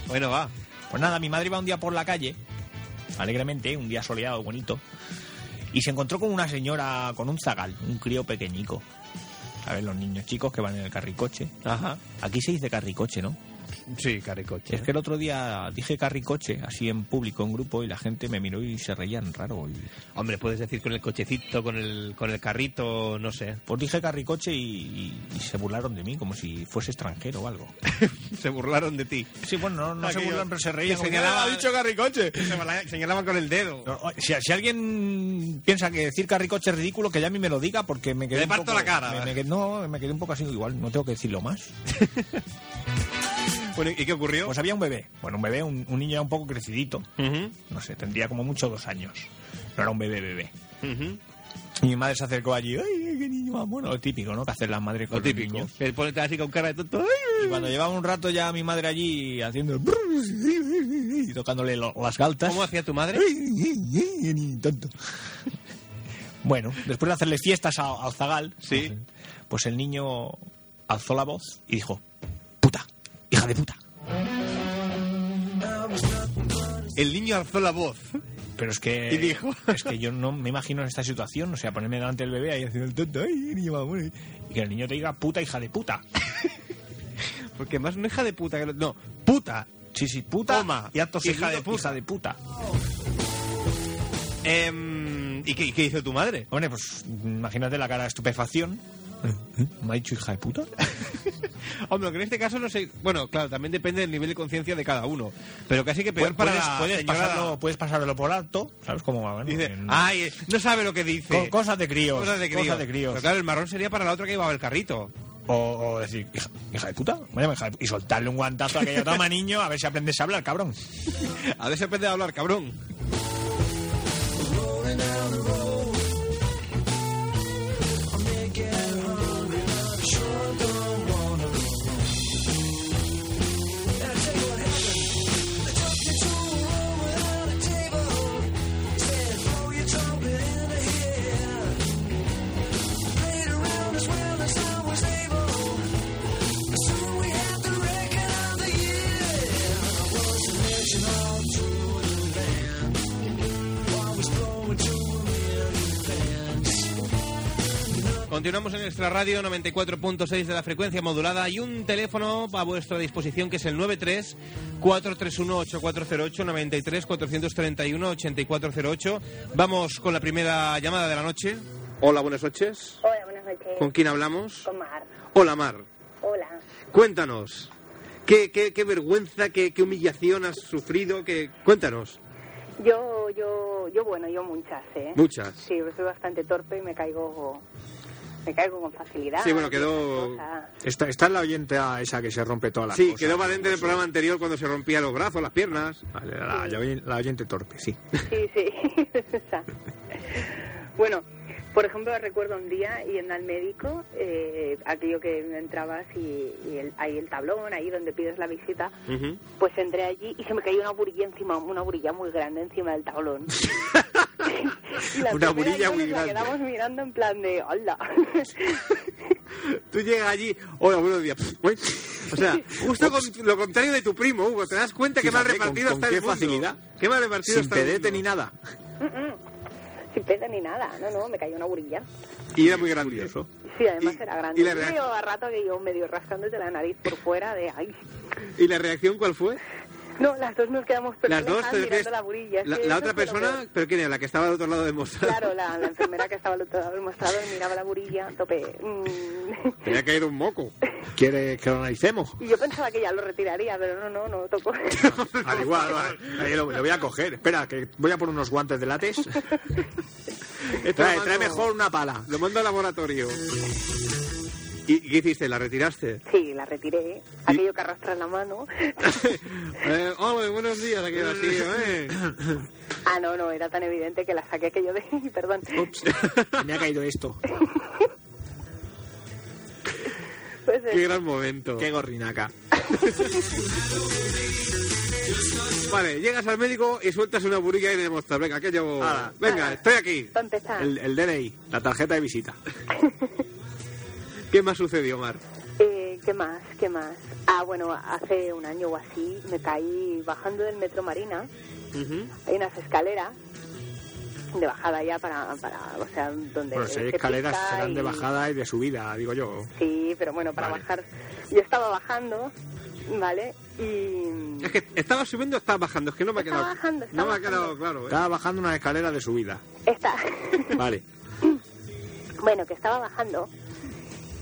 A: Bueno, va.
B: Pues nada, mi madre iba un día por la calle, alegremente, un día soleado, bonito, y se encontró con una señora con un zagal, un crío pequeñico. A ver, los niños chicos que van en el carricoche.
A: Ajá.
B: Aquí se dice carricoche, ¿no?
A: Sí, caricoche.
B: Es que el otro día dije carricoche, así en público, en grupo, y la gente me miró y se reían raro. y-
A: Hombre, puedes decir con el cochecito, con el, con el carrito, no sé.
B: Pues dije carricoche y, y- y se burlaron de mí, como si fuese extranjero o algo.
A: Se burlaron de ti.
B: Sí, bueno, no, no se
A: Aquello
B: burlan, pero se
A: Ah, que
B: reían. como,
A: señalaba-
B: "Ah, ha dicho carricoche!
A: Señala- Señalaban con el dedo.
B: No, o- Si, si alguien piensa que decir carricoche es ridículo, que ya a mí me lo diga porque me quedé.
A: Le
B: un
A: parto
B: poco-
A: la cara.
B: me- me quedé- no, me quedé un poco así, igual, no tengo que decirlo más.
A: Bueno, ¿y qué ocurrió?
B: Pues había un bebé, bueno, un bebé, un, un niño ya un poco crecidito,
A: Ujú,
B: no sé, tendría como mucho dos años. No era un bebé, bebé.
A: ujú.
B: Y mi madre se acercó allí, ¡ay, qué niño más bueno! Lo típico, ¿no? Que hacen las madres
A: Lo
B: con los
A: típico.
B: niños.
A: Le pones así con cara de tonto. ¡Ay!
B: Y cuando llevaba un rato ya mi madre allí haciendo el y tocándole lo- las galtas.
A: ¿Cómo hacía tu madre?
B: Ni tonto. Bueno, después de hacerle fiestas a- al zagal,
A: Sí.
B: pues el niño alzó la voz y dijo, puta, hija de puta.
A: El niño alzó la voz.
B: Pero es que,
A: Y dijo.
B: es que yo no me imagino en esta situación, o sea, ponerme delante del bebé ahí haciendo el tonto, "Ay, niño mamón", y que el niño te diga, puta, hija de puta.
A: Porque más una hija de puta que lo- No, puta.
B: Sí, sí, puta
A: Toma,
B: y acto
A: hija
B: seguido,
A: de puta.
B: hija de puta.
A: Em, ¿y, qué, y qué hizo tu madre?
B: Hombre, pues imagínate la cara de estupefacción. ¿Me ha dicho hija de puta?
A: Hombre, aunque en este caso no sé. Bueno, claro, también depende del nivel de conciencia de cada uno. Pero casi que peor para
B: puedes,
A: la
B: puedes
A: señora-
B: pasarlo, puedes pasarlo por alto, ¿sabes cómo va? Bueno,
A: Dice,
B: en-
A: ay, eh, no sabe lo que dice.
B: Co- cosas de críos.
A: Cosas de críos.
B: críos.
A: Pero claro, el marrón sería para la otra que llevaba el carrito.
B: O, o decir, hija, hija de puta, vaya hija de pu-". Y soltarle un guantazo a aquella toma niño a ver si aprendes a hablar, cabrón.
A: A ver si aprende a hablar, cabrón. Continuamos en Extra Radio 94.6 de la frecuencia modulada y un teléfono a vuestra disposición que es el 93 431 8408 93 431 8408. Vamos con la primera llamada de la noche. Hola, buenas noches.
D: Hola, buenas noches.
A: ¿Con quién hablamos?
D: Con Mar.
A: Hola, Mar.
D: Hola.
A: Cuéntanos. ¿Qué, qué, qué vergüenza, qué, qué humillación has sufrido? Que... Cuéntanos.
D: Yo, yo, yo, bueno, yo muchas, ¿eh?
A: Muchas.
D: Sí, pero soy bastante torpe y me caigo, me caigo con facilidad.
A: Sí, bueno, quedó-
D: Y esas cosas.
B: Está, está la oyente a esa que se rompe todas las
A: Sí,
B: cosas.
A: quedó valente del programa anterior cuando se rompía los brazos, las piernas.
B: Vale, la, la oyen- la oyente torpe, sí.
D: Sí, sí. esa. bueno, por ejemplo, recuerdo un día yendo al médico, eh, aquello que entrabas y, y el- ahí el tablón, ahí donde pides la visita,
A: Ujú.
D: Pues entré allí y se me cayó una burilla encima, una burilla muy grande encima del tablón. Y la
A: Una burilla
D: primera yo
A: muy
D: nos la
A: grande.
D: quedamos mirando en plan de, hola.
A: Tú llegas allí, hola, buenos días. O sea, justo con- lo contrario de tu primo, Hugo. Te das cuenta que mal
B: Fíjate, con-
A: repartido
B: con
A: está
B: qué
A: el mundo.
B: facilidad.
A: Qué mal repartido
B: Sin
A: está el
B: pedete
A: mundo.
B: ni nada.
D: Sin pena ni nada. No, no, me cayó una burilla.
A: Y era muy grande.
D: Sí, además
A: Y-
D: era
A: y
D: grande.
A: la
D: Yo
A: reac-
D: medio a rato que yo medio rascándote la nariz por fuera de, ay.
A: ¿Y la reacción cuál fue?
B: Pues
D: No, las dos nos quedamos
A: Las dos.
D: perplejas
A: te
D: mirando
A: refieres-
D: la burilla. Es
A: la,
D: que
A: la
D: eso
A: otra
D: fue lo
A: persona,
D: peor.
A: ¿pero quién era? La que estaba al otro lado del mostrador.
D: Claro, la, la enfermera que estaba al otro lado del mostrador miraba la burilla, a tope. Mm.
A: Tenía caído un moco.
B: ¿Quieres que lo analicemos?
D: Y yo pensaba que ya lo retiraría, pero no, no, no tocó.
B: Al igual, vale. Ahí lo, lo voy a coger. Espera, que voy a poner unos guantes de látex. Trae, trae mejor una pala.
A: Lo mando al laboratorio. ¿Y qué hiciste? ¿La retiraste?
D: Sí, la retiré. Aquello que arrastra en la mano.
A: Eh, hola, buenos días, ha quedado así, ¿eh?
D: Ah, no, no, era tan evidente que la saqué que yo dejé, perdón.
A: Ups, me ha caído esto.
D: Pues, eh,
A: Qué gran momento.
B: Qué gorrinaca.
A: Vale, llegas al médico y sueltas una burilla y le demostras, venga, que llevo...
B: Ala.
A: venga,
D: Ala.
A: estoy aquí.
D: tonteja.
B: El, el DNI, la tarjeta de visita.
A: ¿Qué más sucedió, Mar?
D: Eh, ¿Qué más? ¿Qué más? Ah, bueno, hace un año o así me caí bajando del metro Marina. Hay unas escaleras de bajada ya para, para o sea, donde...
B: Bueno, si hay
D: se
B: escaleras
D: pica
B: serán de
D: y-
B: bajada y de subida, digo yo.
D: Sí, pero bueno, para
B: Vale.
D: bajar. Yo estaba bajando, ¿vale? Y...
A: Es que estaba subiendo o estaba bajando, es que no me ha
D: Estaba
A: quedado...
D: bajando, estaba
A: no me ha
D: bajando.
A: quedado claro, ¿eh?
B: Estaba bajando una escalera de subida.
D: Está...
B: Vale.
D: bueno, que estaba bajando.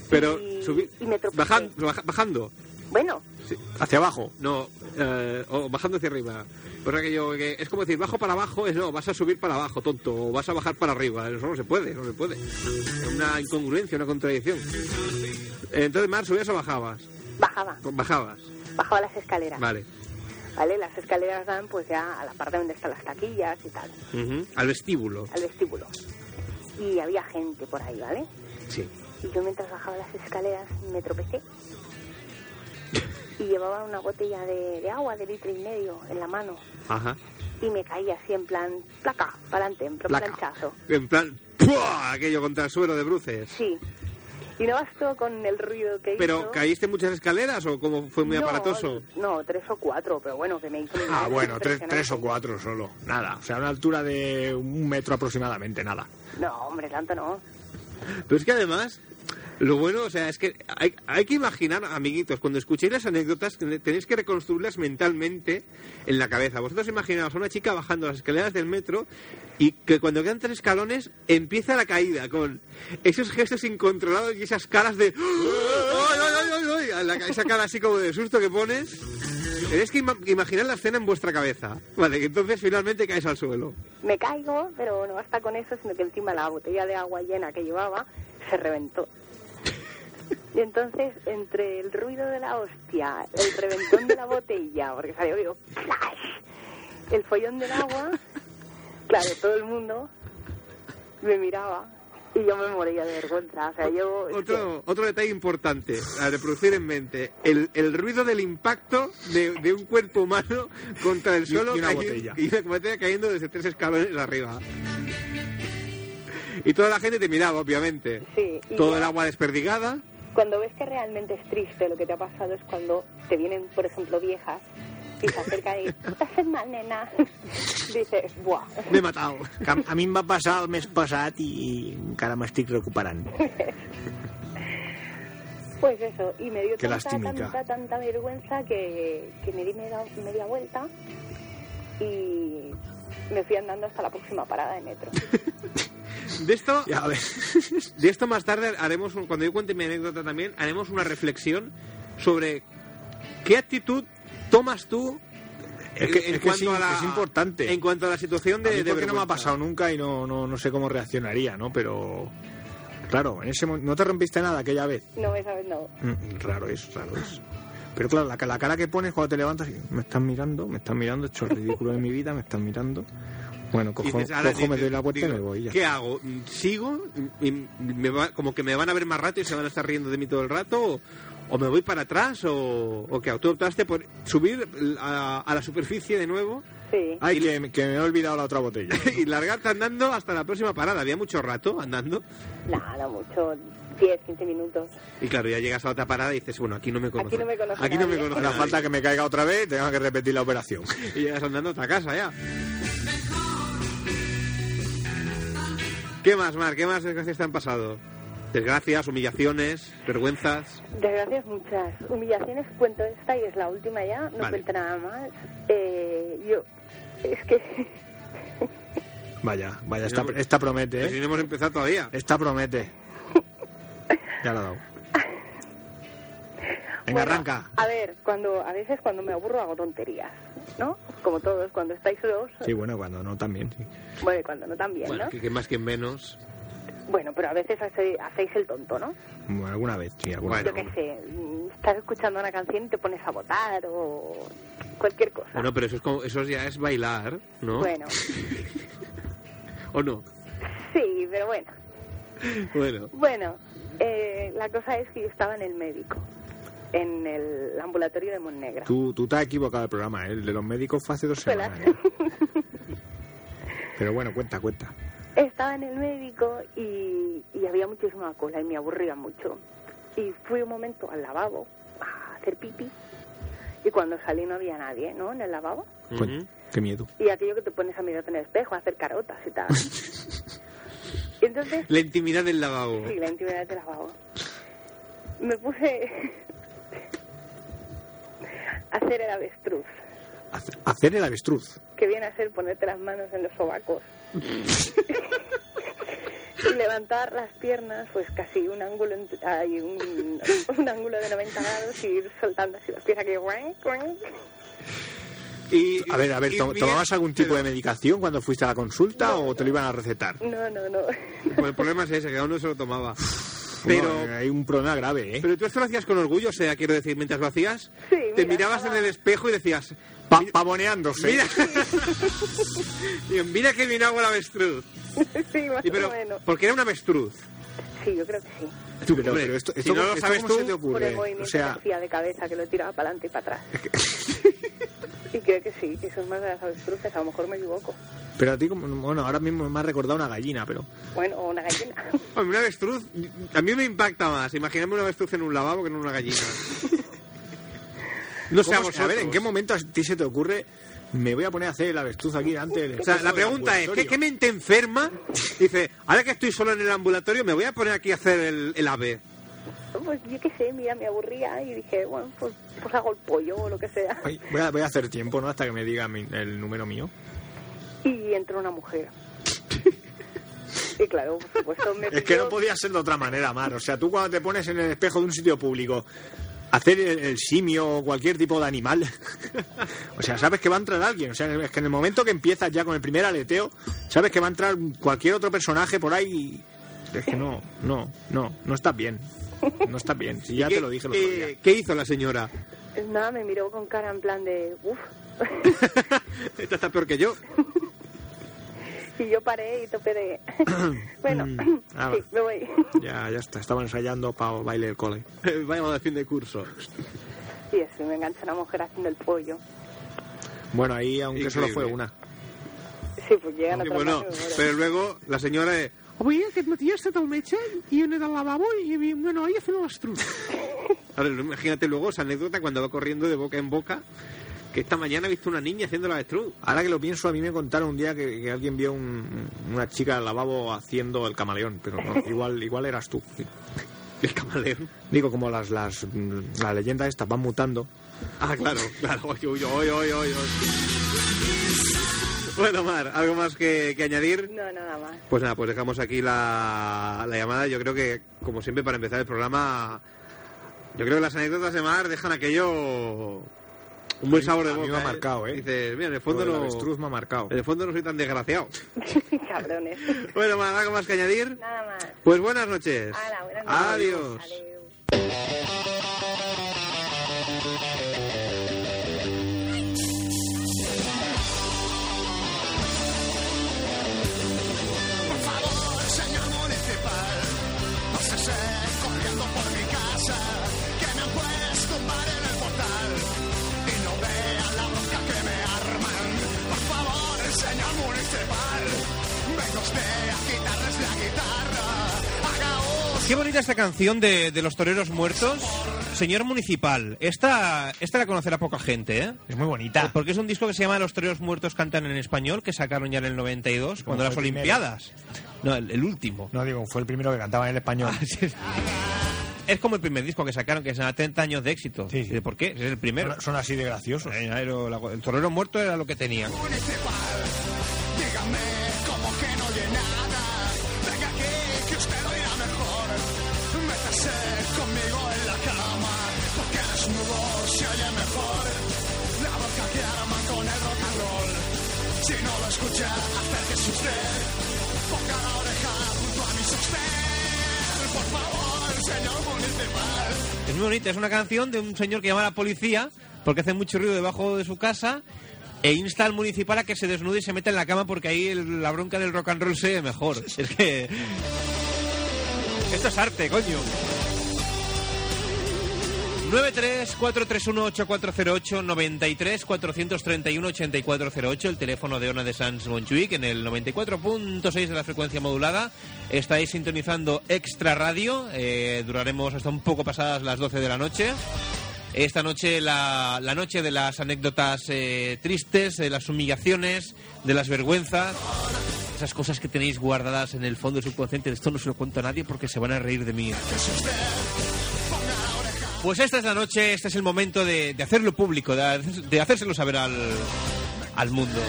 A: Pero
D: y-
A: subi-
D: y me tropecé.
A: bajan- baja- bajando,
D: Bueno,
B: Hacia abajo.
A: no, eh, o bajando hacia arriba. Pues aquello que es como decir, bajo para abajo, es no, vas a subir para abajo, tonto, o vas a bajar para arriba. Eso no se puede, no se puede. Es una incongruencia, una contradicción. Entonces, Mar, ¿subías o bajabas?
D: bajaba,
A: Bajabas,
D: bajaba las escaleras,
A: vale.
D: ¿vale? Las escaleras dan pues ya a la parte donde están las taquillas y tal,
A: Ujú, Al vestíbulo,
D: al vestíbulo. Y había gente por ahí, ¿vale?
A: sí.
D: Y yo mientras bajaba las escaleras me tropecé. Y llevaba una botella de, de agua de litro y medio en la mano.
A: Ajá.
D: Y me caí así en plan, placa, para adelante, en plan
A: Placa.
D: planchazo.
A: En plan, ¡pua! aquello contra el suelo de bruces.
D: Sí. Y no bastó con el ruido que hizo.
A: ¿Pero caíste en muchas escaleras o cómo fue muy
D: No,
A: aparatoso?
D: No, tres o cuatro, pero bueno, que me hizo... un
B: Ah,
D: daño
B: bueno, tres,
D: impresionante.
B: tres o cuatro solo. Nada. O sea, una altura de un metro aproximadamente, nada.
D: No, hombre, tanto no.
A: Pero es que además, lo bueno, o sea, es que hay, hay que imaginar, amiguitos, cuando escuchéis las anécdotas, ten- tenéis que reconstruirlas mentalmente en la cabeza. Vosotros imaginaos a una chica bajando las escaleras del metro y que cuando quedan tres escalones empieza la caída con esos gestos incontrolados y esas caras de... ¡Ay, ay, ay, ay, ay! La- Esa cara así como de susto que pones. Tenéis que ima- imaginar la escena en vuestra cabeza. Vale, que entonces finalmente caes al suelo.
D: Me caigo, pero no basta con eso, sino que encima la botella de agua llena que llevaba se reventó. Y entonces, entre el ruido de la hostia, el reventón de la botella, porque salió, digo, ¡flash! El follón del agua, claro, todo el mundo me miraba y yo me moría de vergüenza. O sea, yo... es que-
A: Otro, otro detalle importante a reproducir en mente: el, el ruido del impacto de, de un cuerpo humano contra el
B: Y-
A: suelo
B: y una
A: caí-
B: botella.
A: y una botella cayendo desde tres escalones arriba. Y toda la gente te miraba, obviamente.
D: Sí, y
A: Todo
D: ya-
A: el agua desperdigada.
D: Cuando ves que realmente es triste lo que te ha pasado es cuando te vienen, por ejemplo, viejas y se acercan y estás mal, nena. Dices, buah.
A: Me he matado.
B: Que A, a mi em va passar el mes passat i, i encara m'estic recuperant.
D: Pues eso, y me dio
B: Qué
D: tanta,
B: lastimica.
D: tanta, tanta vergüenza que, que me di media, media vuelta y me fui andando hasta la próxima parada de metro.
A: De esto,
B: Ja ves.
A: de esto más tarde haremos, un- cuando yo cuente mi anécdota también, haremos una reflexión sobre qué actitud tomas tú.
B: Es que-
A: en
B: es que
A: cuanto
B: sí,
A: a la-
B: es importante.
A: En cuanto a la situación de.
B: A mí
A: de
B: porque no me ha
A: vergüenza.
B: pasado nunca y no, no, no sé cómo reaccionaría, ¿no? Pero... Claro, en ese mo- no te rompiste nada aquella vez.
D: No me sabes, no.
B: Mm, Raro es, raro es. Pero claro, la, ca- la cara que pones cuando te levantas, y, me están mirando, me están mirando, he hecho el ridículo de mi vida, me están mirando. Bueno,
A: Y
B: cojo,
A: dices, ahora
B: cojo, me
A: dices,
B: doy la vuelta y
A: digo,
B: me voy. y ya
A: ¿Qué hago? ¿Sigo? Y me va- como que me van a ver más rato y se van a estar riendo de mí todo el rato. ¿O, o me voy para atrás? ¿O, o qué? ¿Tú optaste por subir a, a la superficie de nuevo
D: Sí.
B: Ay, que, que me he olvidado la otra botella.
A: y largarte andando hasta la próxima parada? Había mucho rato andando.
D: Nada, mucho. 10, 15 minutos.
A: Y claro, ya llegas a la otra parada y dices, bueno, aquí no me conocen.
D: no me conoce
A: Aquí no me
D: nadie.
A: conoce
B: Hará
A: nadie.
B: falta que me caiga otra vez y tenga que repetir la operación.
A: Y llegas andando a otra casa ya. ¿Qué más, Mar? ¿Qué más desgracias te han pasado? Desgracias, humillaciones, vergüenzas.
D: Desgracias muchas. Humillaciones cuento esta y es la última ya, no
A: Vale.
D: cuento nada más. Eh, yo, es que
B: Vaya, vaya, esta, esta promete,
A: Pero si
B: ¿eh?
A: no hemos empezado todavía.
B: Esta promete. Ya la he dado. Venga,
D: Bueno,
B: arranca.
D: A ver, cuando a veces cuando me aburro hago tonterías, ¿no? Como todos, cuando estáis solos,
B: Sí, bueno, cuando no también. sí.
D: bueno, y cuando no también,
A: Bueno,
D: ¿no?
A: que, que más que menos.
D: Bueno, pero a veces hace- hacéis el tonto, ¿no?
B: Bueno, alguna vez, sí, alguna
A: Bueno.
D: Yo qué sé, mm, estás escuchando una canción y te pones a votar o cualquier cosa.
A: Bueno, pero eso, es como- eso ya es bailar, ¿no?
D: Bueno,
A: ¿O no?
D: sí, pero bueno.
A: Bueno,
D: Bueno, eh, la cosa es que yo estaba en el médico, en el ambulatorio de Monnegra.
B: Tú, tú te has equivocado el programa, ¿eh? el de los médicos fue hace dos
D: Hola.
B: semanas. ¿eh? Pero bueno, cuenta, cuenta.
D: Estaba en el médico y, y había muchísima cola y me aburría mucho. Y fui un momento al lavabo a hacer pipí y cuando salí no había nadie, ¿no? En el lavabo.
B: Coño,
A: Ujú.
B: Qué miedo.
D: Y aquello que te pones a mirarte en el espejo, a hacer carotas y tal. y entonces,
A: la intimidad del lavabo.
D: sí, la intimidad del lavabo. Me puse a hacer el avestruz,
B: Hace- Hacer el avestruz.
D: que viene a ser ponerte las manos en los sobacos. Y levantar las piernas, pues casi un ángulo, ent- ay, un, un ángulo de 90 grados y ir soltando así las piernas que guank, guank.
A: Y,
B: A ver, a ver,
A: y
B: ¿to-
A: Miguel-
B: ¿tomabas algún tipo de
A: pero-
B: medicación cuando fuiste a la consulta
D: No,
B: o te lo iban a recetar?
D: No, no, no.
A: Pues el problema es ese, que cada uno se lo tomaba.
B: No, eh,
A: Pero,
B: hay un problema grave, ¿eh?
A: pero tú esto lo hacías con orgullo, o sea, quiero decir, mientras lo hacías,
D: Sí,
A: te
D: mira,
A: mirabas en
D: estaba-
A: el espejo y decías,
B: Pa- pavoneándose.
A: mira, Digo, mira que bien hago el avestruz.
D: Sí, más
A: Y pero,
D: o menos.
A: porque era un avestruz.
D: Sí, yo creo que sí.
B: Tú, pero,
A: Hombre,
B: pero esto,
A: si
B: esto-
A: no lo
B: esto
A: sabes
B: ¿cómo
A: tú,
B: se te
D: por el
B: ocurre?
D: movimiento
B: O sea,
D: que hacía de cabeza que lo tiraba para adelante y para atrás. y creo que sí, que eso es más de las avestruces, a lo mejor me equivoco.
B: pero a ti, como- bueno, ahora mismo me ha recordado una gallina, pero...
D: Bueno, o una gallina.
A: Hombre, un avestruz, a mí me impacta más. Imaginarme un avestruz en un lavabo que en una gallina. No sé a
B: ¿Cómo se-
A: vosotros.
B: a ver, ¿en qué momento a ti se te ocurre me voy a poner a hacer el avestruz aquí delante del
A: O sea, la pregunta es, ¿qué, qué mente enferma dice, ahora que estoy solo en el ambulatorio, me voy a poner aquí a hacer el, el ave?
D: pues yo qué sé, mira, me aburría y dije, bueno, pues, pues hago el pollo o lo que sea.
B: Ay, voy, a, voy a hacer tiempo, ¿no? Hasta que me diga mi- el número mío.
D: Y entró una mujer. y claro, por supuesto, me
B: Es que
D: pilló-
B: no podía ser de otra manera, Mar. O sea, tú cuando te pones en el espejo de un sitio público, hacer el, el simio o cualquier tipo de animal, o sea, sabes que va a entrar alguien. O sea, es que en el momento que empiezas ya con el primer aleteo, sabes que va a entrar cualquier otro personaje por ahí y... Es que no, no, no, no estás bien. No estás bien. Si ya
A: ¿Qué-
B: te lo dije el otro día.
A: ¿qué, ¿Qué hizo la señora?
D: Nada, me miró con cara en plan de, uff.
A: Esta está peor que yo.
D: y yo paré y topé de... bueno,
B: Mm, ah,
D: sí, me voy.
B: Ya, ya está. Estaba ensayando para baile del cole.
A: Vaya a fin de curso.
D: y así me engancha una mujer haciendo el pollo.
B: Bueno, ahí aunque solo fue
A: Increíble.
B: una.
D: Sí, pues llegan
A: Aunque
D: a
A: bueno, pero luego la señora es... Oye, que me tiraste todo mecha y en el lavabo y bueno, ahí hace un avestruz. Ahora, imagínate luego esa anécdota cuando va corriendo de boca en boca, que esta mañana he visto una niña haciendo el avestruz.
B: Ahora que lo pienso, a mí me contaron un día que, que alguien vio un- una chica al lavabo haciendo el camaleón, pero no, igual, igual eras tú.
A: El camaleón.
B: Digo, como las, las, mm, las leyendas estas van mutando.
A: Ah, claro, claro. Oye, oye, oye, oye, oye. Bueno, Mar, ¿algo más que, que añadir?
D: No, nada más.
A: Pues nada, pues dejamos aquí la, la llamada. Yo creo que, como siempre, para empezar el programa, yo creo que las anécdotas de Mar dejan aquello un buen sabor de
B: a mí
A: boca.
B: me ha marcado, ¿eh?
A: Dices, mira, en el
B: Lo
A: fondo
B: del
A: no,
B: avestruz me ha marcado.
A: en el fondo no soy tan desgraciado.
D: Cabrones.
A: Bueno, Mar, ¿algo más que añadir?
D: Nada más.
A: Pues buenas noches.
D: Hala, buenas noches.
A: Adiós.
D: Adiós.
E: Qué bonita esta canción de, de los toreros muertos. Señor Municipal, esta, esta la conocerá poca gente, ¿eh?
B: Es muy bonita.
E: Porque es un disco que se llama Los toreros muertos cantan en español, que sacaron ya en el 92, cuando
B: fue
E: las
B: el primero?
E: Olimpiadas. No, el, el último.
B: No, digo, fue el primero que cantaba en el español.
A: Ah,
E: Es como el primer disco que sacaron, que se llama 30 años de éxito.
B: Sí, sí.
E: ¿De ¿Por qué? Es el primero.
B: Son- Son así de graciosos.
E: Eh, era lo- el torero muerto era lo que tenía. Es muy bonita, es una canción de un señor que llama a la policía
A: porque hace mucho ruido debajo de su casa e insta al municipal a que se desnude y se meta en la cama porque ahí el- la bronca del rock and roll se ve mejor. Es que... Esto es arte, coño. 93-431-8408, 93-431-8408, el teléfono de Ona de Sans Montjuic en el 94.6 de la frecuencia modulada. Estáis sintonizando Extra Radio, eh, duraremos hasta un poco pasadas las 12 de la noche. Esta noche, la, la noche de las anécdotas eh, tristes, de las humillaciones, de las vergüenzas, esas cosas que tenéis guardadas en el fondo del subconsciente. Esto no se lo cuento a nadie porque se van a reír de mí. Pues esta es la noche, este es el momento de, de hacerlo público, de, hacer- de hacérselo saber al, al mundo.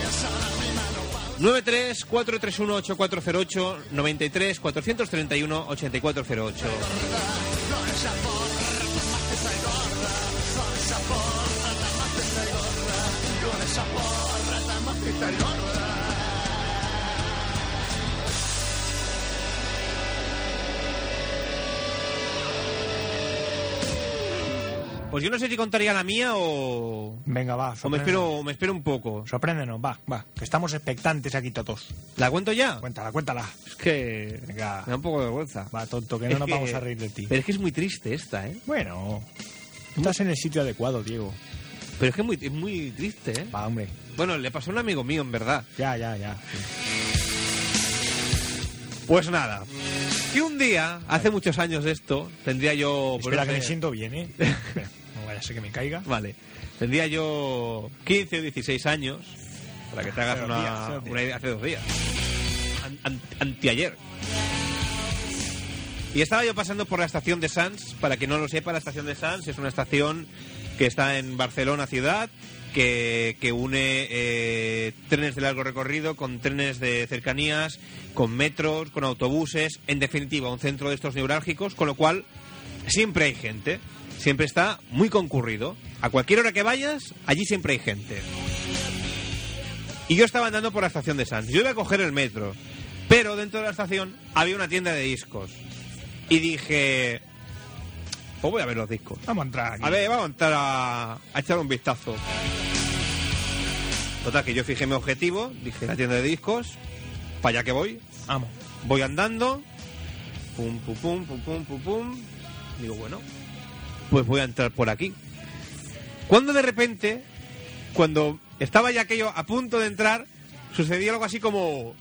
A: 93-431-8408, 93-431-8408. Pues yo no sé si contaría la mía o,
B: Venga, va.
A: o me,
B: sorpréndenos.
A: espero, o me espero un poco.
B: Sorpréndenos, va, va. Que estamos expectantes aquí todos.
A: ¿La cuento ya?
B: Cuéntala, cuéntala.
A: Es que
B: Venga.
A: me da un poco de vergüenza.
B: Va, tonto, que
A: Es
B: no nos
A: que-
B: vamos a reír de ti.
A: Pero es que es muy triste esta, ¿eh?
B: Bueno, tú estás en el sitio adecuado, Diego.
A: Pero es que es muy, es muy triste, ¿eh?
B: Va, hombre.
A: Bueno, le pasó a un amigo mío, en verdad.
B: Ya, ya, ya.
A: Pues nada. Que un día, hace muchos años de esto, tendría yo... pues
B: Espera,
A: no
B: que me
A: sé,
B: siento bien, ¿eh? Espera, no vaya a ser que me caiga.
A: Vale. Tendría yo 15 o 16 años, para que te hagas
B: Hace dos
A: una,
B: días, hace dos días.
A: una idea, hace dos días. An- an- anteayer. Y estaba yo pasando por la estación de Sants, para que no lo sepa, la estación de Sants es una estación que está en Barcelona ciudad, que, que une eh, trenes de largo recorrido con trenes de cercanías, con metros, con autobuses, en definitiva, un centro de estos neurálgicos, con lo cual siempre hay gente, siempre está muy concurrido. A cualquier hora que vayas, allí siempre hay gente. Y yo estaba andando por la estación de Sanz. Yo iba a coger el metro. Pero dentro de la estación había una tienda de discos. Y dije... Pues voy a ver los discos.
B: Vamos a entrar aquí.
A: A ver, vamos a entrar a, a echar un vistazo. Total, que yo fijé mi objetivo. Dije, la tienda de discos. Para allá que voy.
B: Vamos.
A: Voy andando. Pum, pum, pum, pum, pum, pum, pum. Digo, bueno, pues voy a entrar por aquí. Cuando de repente, cuando estaba ya aquello a punto de entrar, sucedió algo así como...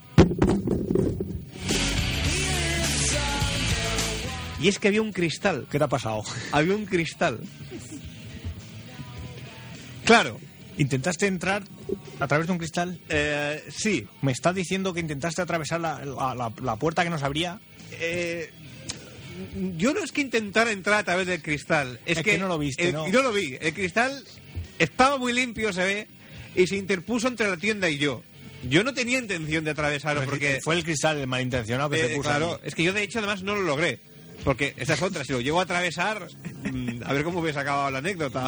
A: Y es que había un cristal
B: ¿Qué te ha pasado?
A: había un cristal. Claro,
B: ¿Intentaste entrar a través de un cristal?
A: eh, sí.
B: ¿Me estás diciendo que intentaste atravesar la, la- la- la puerta que nos abría?
A: eh, yo no es que intentara entrar a través del cristal. Es,
B: Es que no lo viste,
A: el-
B: ¿no?
A: lo vi. El cristal estaba muy limpio, se ve, y se interpuso entre la tienda y yo. Yo no tenía intención de atravesarlo porque...
B: Fue el cristal el malintencionado que
A: eh,
B: se puso.
A: claro,
B: ahí.
A: es que yo de hecho además no lo logré. Porque esta es otra, si lo llego a atravesar, mm, a ver cómo hubiese acabado la anécdota.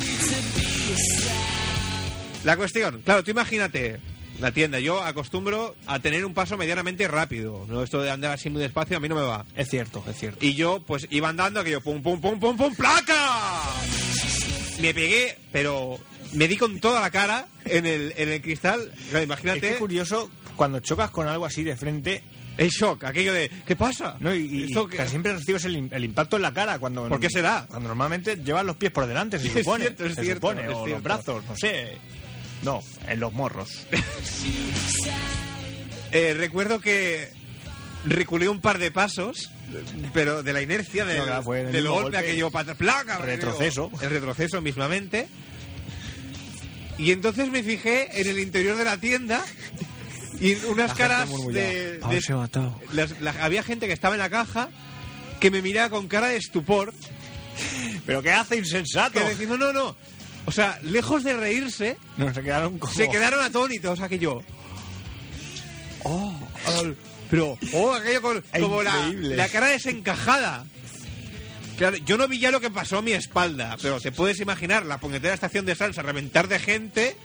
A: La cuestión, claro, tú imagínate la tienda. Yo acostumbro a tener un paso medianamente rápido. ¿no? Esto de andar así muy despacio a mí no me va.
B: Es cierto, es cierto.
A: Y yo, pues, iba andando aquello, pum, pum, pum, pum, pum, placa. Me pegué, pero me di con toda la cara en el, en el cristal. Claro,
B: Es que
A: imagínate
B: es curioso, cuando chocas con algo así de frente,
A: el shock, aquello de, ¿qué pasa?
B: ¿no? y, y
A: Esto que-
B: casi siempre recibes el, im- el impacto en la cara. cuando
A: ¿Por qué será?
B: Cuando normalmente llevas los pies por delante, se
A: Es
B: supone.
A: cierto, es
B: se
A: cierto,
B: supone,
A: es
B: o
A: cierto.
B: los brazos, no sé. No, en los morros.
A: Eh, recuerdo que reculé un par de pasos, pero de la inercia del,
B: No, claro, fue en el
A: del
B: mismo
A: golpe,
B: golpe.
A: aquello para atrás. ¡Placa! me
B: Retroceso.
A: digo. El retroceso mismamente. Y entonces me fijé en el interior de la tienda y unas
B: La gente
A: caras
B: murmullaba,
A: de, de-
B: "Pau se ha matado".
A: las- la- había gente que estaba en la caja que me miraba con cara de estupor,
B: ¿Pero qué hace insensato?
A: que decía, no, no, no. O sea, lejos de reírse,
B: No, se quedaron como...
A: se quedaron atónitos aquello.
B: Oh,
A: Al- Pero, oh, aquello con,
B: Es
A: como la,
B: increíble.
A: la cara desencajada. Claro, yo no vi ya lo que pasó a mi espalda, pero te puedes imaginar la puñetera estación de salsa, reventar de gente,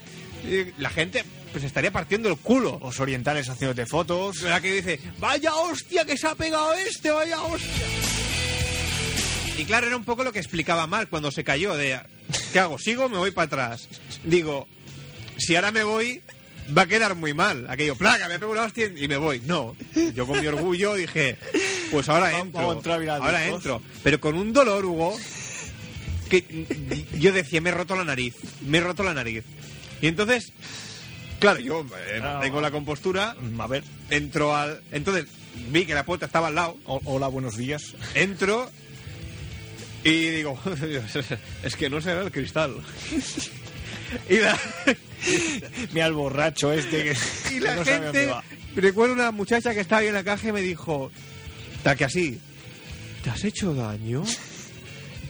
A: y la gente pues estaría partiendo el culo.
B: Los orientales haciéndote fotos.
A: La que dice, vaya hostia que se ha pegado este, vaya hostia. Y claro, era un poco lo que explicaba Mark cuando se cayó, de ¿qué hago? ¿Sigo o me voy para atrás? Digo, si ahora me voy, va a quedar muy mal. Aquello, placa, me pego una hostia y me voy. No. Yo con mi orgullo dije, pues ahora
B: Vamos,
A: entro.
B: vamos a entrar, mira,
A: ahora
B: discos.
A: entro. Pero con un dolor, Hugo, que yo decía, me he roto la nariz. Me he roto la nariz. Y entonces, claro, yo eh,
B: Ah,
A: tengo la compostura,
B: "Mm, A ver,
A: entro al. Entonces, vi que la puerta estaba al lado
B: ho- hola, buenos días.
A: entro y digo, es que no se ve el cristal. Y la,
B: Mira el borracho este que,
A: y la
B: que no sabe dónde
A: gente,
B: va.
A: recuerdo una muchacha que estaba ahí en la caja y me dijo, que así, ¿te has hecho daño?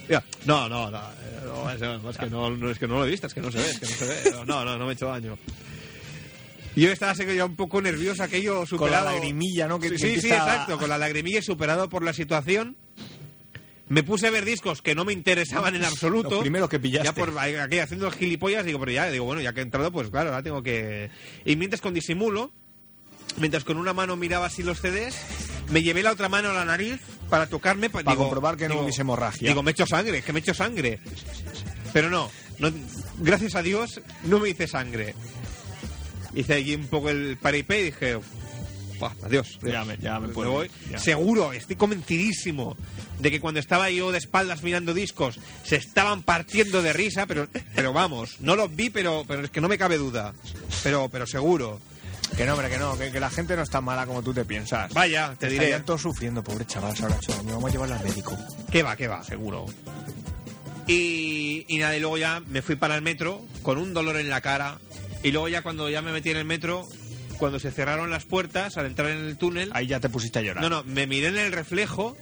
A: Y yo, no, no, no, eh, no, es, no, es que no, no, es que no lo he visto, es que no se ve, es que no se ve. No, no, no me he hecho daño. Y Yo estaba así que ya un poco nervioso, aquello
B: Con la
A: superado.
B: lagrimilla, ¿no? Que,
A: Sí,
B: que
A: sí, sí,
B: empieza a-
A: exacto, con la lagrimilla y superado por la situación. Me puse a ver discos que no me interesaban en absoluto.
B: Los primeros que pillaste.
A: Ya por ahí- aquella haciendo gilipollas, digo, pero ya, digo, bueno, ya que he entrado, pues claro, ahora tengo que. Y mientras con disimulo, mientras con una mano miraba así los CDs, me llevé la otra mano a la nariz para tocarme.
B: Para comprobar que no hubiese hemorragia.
A: Digo, me echo sangre, es que me echo sangre. Pero no, no- gracias a Dios no me hice sangre. Hice allí un poco el paripé y dije, "Buah, adiós.
B: Ya me- ya me puedo
A: voy.
B: ir, ya.
A: Pues Seguro, estoy convencidísimo de que cuando estaba yo de espaldas mirando discos se estaban partiendo de risa, pero, pero vamos, no los vi, pero, pero es que no me cabe duda. Pero, pero seguro.
B: Que no, hombre, que no, que, que la gente no es tan mala como tú te piensas.
A: Vaya, te diré.
B: Estarían todos sufriendo, pobre chaval, se habrá hecho daño. Vamos a llevarlo al médico.
A: Que va, que va, seguro. Y, y nada, y luego ya me fui para el metro con un dolor en la cara. Y luego ya cuando ya me metí en el metro, cuando se cerraron las puertas al entrar en el túnel,
B: Ahí ya te pusiste a llorar.
A: no, no, me miré en el reflejo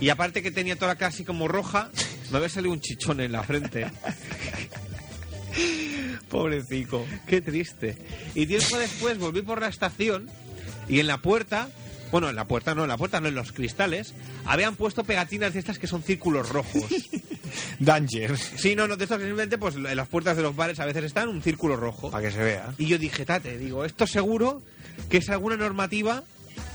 A: y aparte que tenía toda la cara así como roja, me había salido un chichón en la frente. Pobrecito. Qué triste. Y tiempo después volví por la estación y en la puerta, bueno, en la puerta no, en la puerta no, en los cristales, habían puesto pegatinas de estas que son círculos rojos.
B: Danger.
A: Sí, no, no, de estos que simplemente pues en las puertas de los bares a veces están un círculo rojo.
B: Para que se vea.
A: Y yo dije, tate, digo, esto seguro que es alguna normativa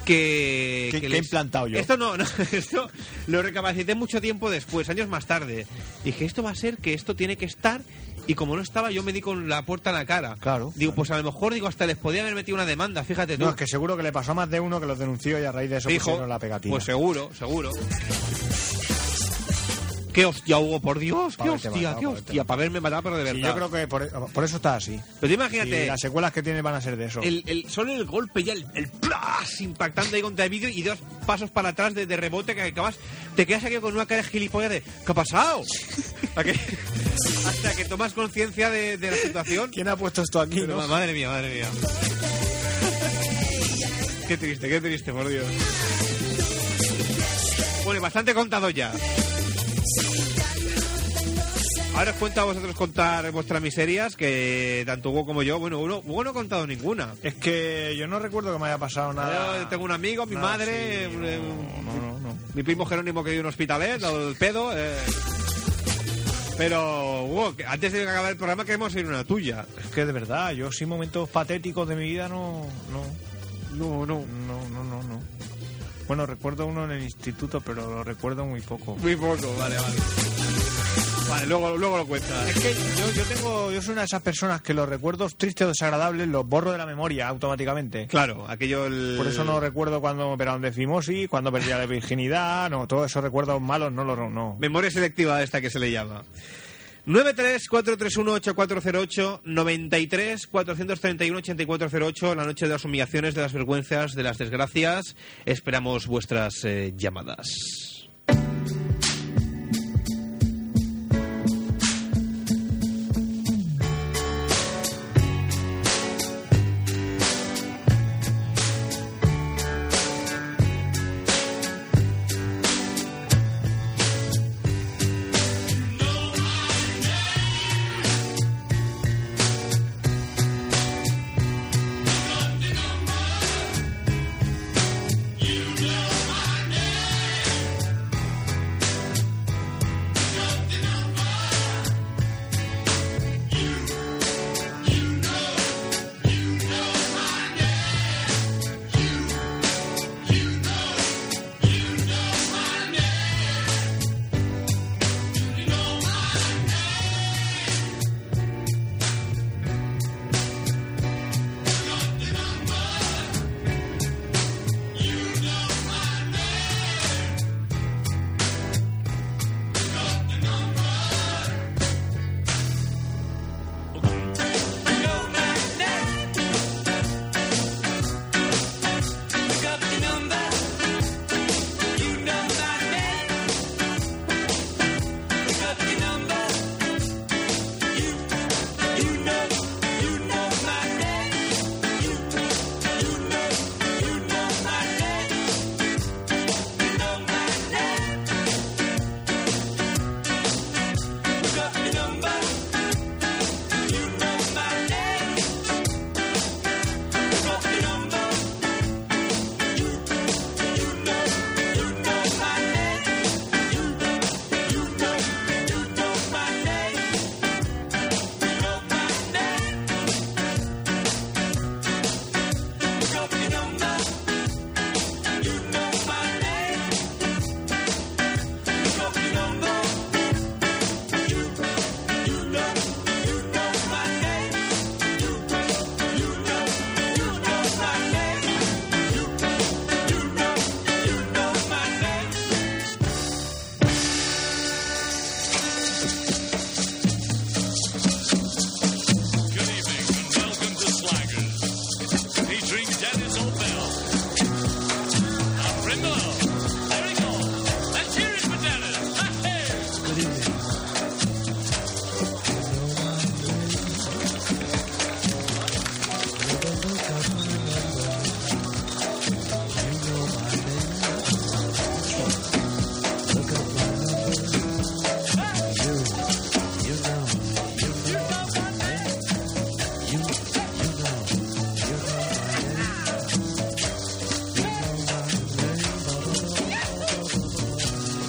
A: que...
B: ¿Qué-
A: que
B: qué he implantado yo?
A: Esto no, no, esto lo recapacité mucho tiempo después, años más tarde. Dije, esto va a ser que esto tiene que estar... Y como no estaba, yo me di con la puerta en la cara.
B: Claro,
A: Digo,
B: claro.
A: pues a lo mejor, digo, hasta les podía haber metido una demanda, fíjate tú.
B: No, es que seguro que le pasó a más de uno que los denunció y a raíz de eso
A: Dijo,
B: pusieron la pegatina.
A: Pues seguro, seguro. Qué hostia, Hugo, por Dios,
B: Pa'
A: qué
B: haberte
A: hostia,
B: matado,
A: qué
B: pa' haberte
A: hostia,
B: matado.
A: para haberme matado, pero de verdad.
B: Sí, yo creo que por, por eso está así.
A: Pero tú imagínate,
B: Y las secuelas que tiene van a ser de eso.
A: el, el- solo el golpe ya, el, el plas impactando ahí contra el vidrio y dos pasos para atrás de, de rebote que acabas, te quedas aquí con una cara de gilipollas de ¿qué ha pasado? ¿A que- hasta que tomas conciencia de, de la situación.
B: ¿Quién ha puesto esto aquí?
A: Pero,
B: no?
A: ma- madre mía, madre mía. Qué triste, qué triste, por Dios. Bueno, y bastante contado ya. Ahora os cuento a vosotros contar vuestras miserias, que tanto Hugo como yo, bueno, uno, Hugo no ha contado ninguna.
B: Es que yo no recuerdo que me haya pasado nada.
A: Yo tengo un amigo, mi
B: nada
A: madre,
B: así,
A: un- un-
B: Ah, no, no, no.
A: mi primo Jerónimo que vive en un hospitalet, el pedo. eh. Pero, Hugo, que antes de acabar el programa queremos ir una tuya.
B: Es que de verdad, yo sí momentos patéticos de mi vida no, no,
A: No, no.
B: no, no, no, no. Bueno, recuerdo uno en el instituto, pero lo recuerdo muy poco.
A: Muy poco, vale, vale. Vale, luego, luego lo cuentas.
B: Es que yo, yo tengo, yo soy una de esas personas que los recuerdos tristes o desagradables los borro de la memoria automáticamente.
A: Claro, aquello el...
B: Por eso no recuerdo cuando me operaron de fimosis, cuando perdí la virginidad, no, todos esos recuerdos malos no los no.
A: Memoria selectiva esta que se le llama. 93-431-8408, 93-431-8408, la noche de las humillaciones, de las vergüenzas, de las desgracias. Esperamos vuestras eh, llamadas.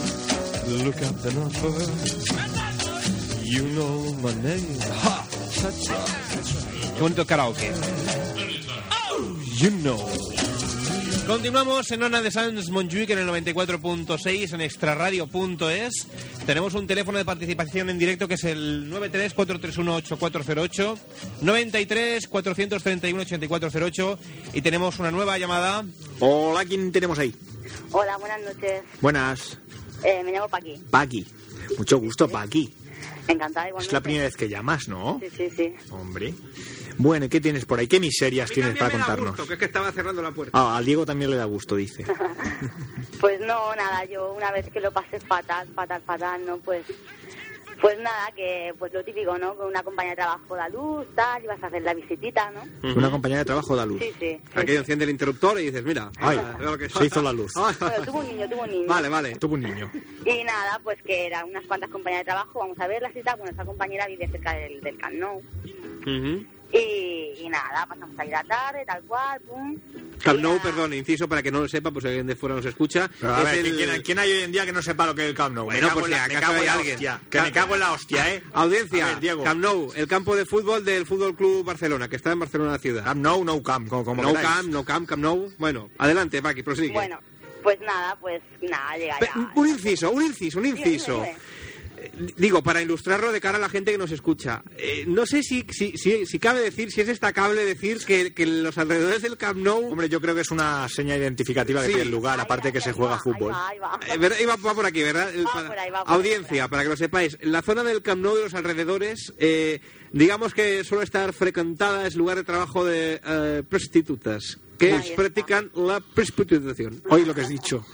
A: something offer. You know my name. Ha! Cha-cha.
F: Qué bonito karaoke.
A: You know.
F: Continuamos en Ona de Sans Montjuic en el 94.6 en extraradio.es. Tenemos un teléfono de participación en directo que es el 93-431-8408, 93-431-8408 y tenemos una nueva llamada.
A: Hola, ¿quién tenemos ahí?
G: Hola, buenas noches.
A: Buenas.
G: Eh, me llamo Paqui.
A: Paqui. Mucho gusto, Paqui.
G: Encantada igualmente.
H: Es la primera vez que llamas, ¿no?
G: Sí, sí, sí.
H: Hombre. Bueno, ¿y qué tienes por ahí? ¿Qué miserias tienes para contarnos?
A: que es que estaba cerrando la puerta.
H: Ah, al Diego también le da gusto, dice.
G: Pues no, nada, yo una vez que lo pasé fatal, fatal, fatal, ¿no? Pues pues nada, que pues lo típico, ¿no? Con una compañía de trabajo da luz, tal, ibas a hacer la visitita, ¿no?
H: Una compañera de trabajo da luz.
G: Sí, sí. sí.
A: Aquello enciende el interruptor y dices, mira,
H: Ay,
A: ah, veo lo que-
H: se hizo la luz.
A: Ah,
G: Bueno, tuvo un niño, tuvo un niño.
A: vale, vale.
H: Tuvo un niño.
G: Y nada, pues que eran unas cuantas compañías de trabajo, vamos a ver la cita, bueno, esa compañera vive cerca del, del Camp Nou.
A: Ujú.
G: Y, y nada, pasamos ahí la tarde, tal cual, pum.
A: Camp
G: Y
A: Nou,
G: nada,
A: perdón, inciso para que no lo sepa, pues si alguien de fuera nos escucha.
H: Pero a
A: es
H: ver,
A: el-
H: ¿quién, quién hay hoy en día que no sepa lo que es el Camp Nou? Me
A: Bueno,
H: cago
A: pues
H: en
A: si
H: la- me
A: acaso
H: cago en
A: hay
H: la
A: alguien.
H: hostia, que me cago en la hostia, ¿eh?
A: Audiencia,
H: A ver, Diego.
A: Camp Nou, el campo de fútbol del Fútbol Club Barcelona, que está en Barcelona ciudad.
H: Camp Nou, no Camp, como, como
A: no
H: queráis.
A: Camp, no Camp, Camp Nou. Bueno, adelante, Paqui, prosigue.
G: Bueno, pues nada, pues nada, llega
A: Pe-
G: ya.
A: un inciso, un inciso, un
G: Dime, dime,
A: inciso. Eh,
G: dime.
A: Digo, para ilustrarlo de cara a la gente que nos escucha, eh, no sé si, si, si, si cabe decir, si es destacable decir que, que los alrededores del Camp Nou...
H: Hombre, yo creo que es una seña identificativa que
A: Sí.
H: tiene el lugar,
G: Ahí
H: aparte
G: va,
H: que se
G: ahí
H: juega
G: va,
H: fútbol.
G: Ahí va, ahí va.
A: Eh, ver- iba- va por aquí, ¿verdad? El-
G: Va
A: para-
G: por ahí, va por ahí,
A: audiencia,
G: por ahí.
A: para que lo sepáis, la zona del Camp Nou de los alrededores, eh, digamos que suele estar frecuentada, es lugar de trabajo de eh, prostitutas que
G: Ahí está.
A: practican la prostitución.
H: Oye, lo que has dicho.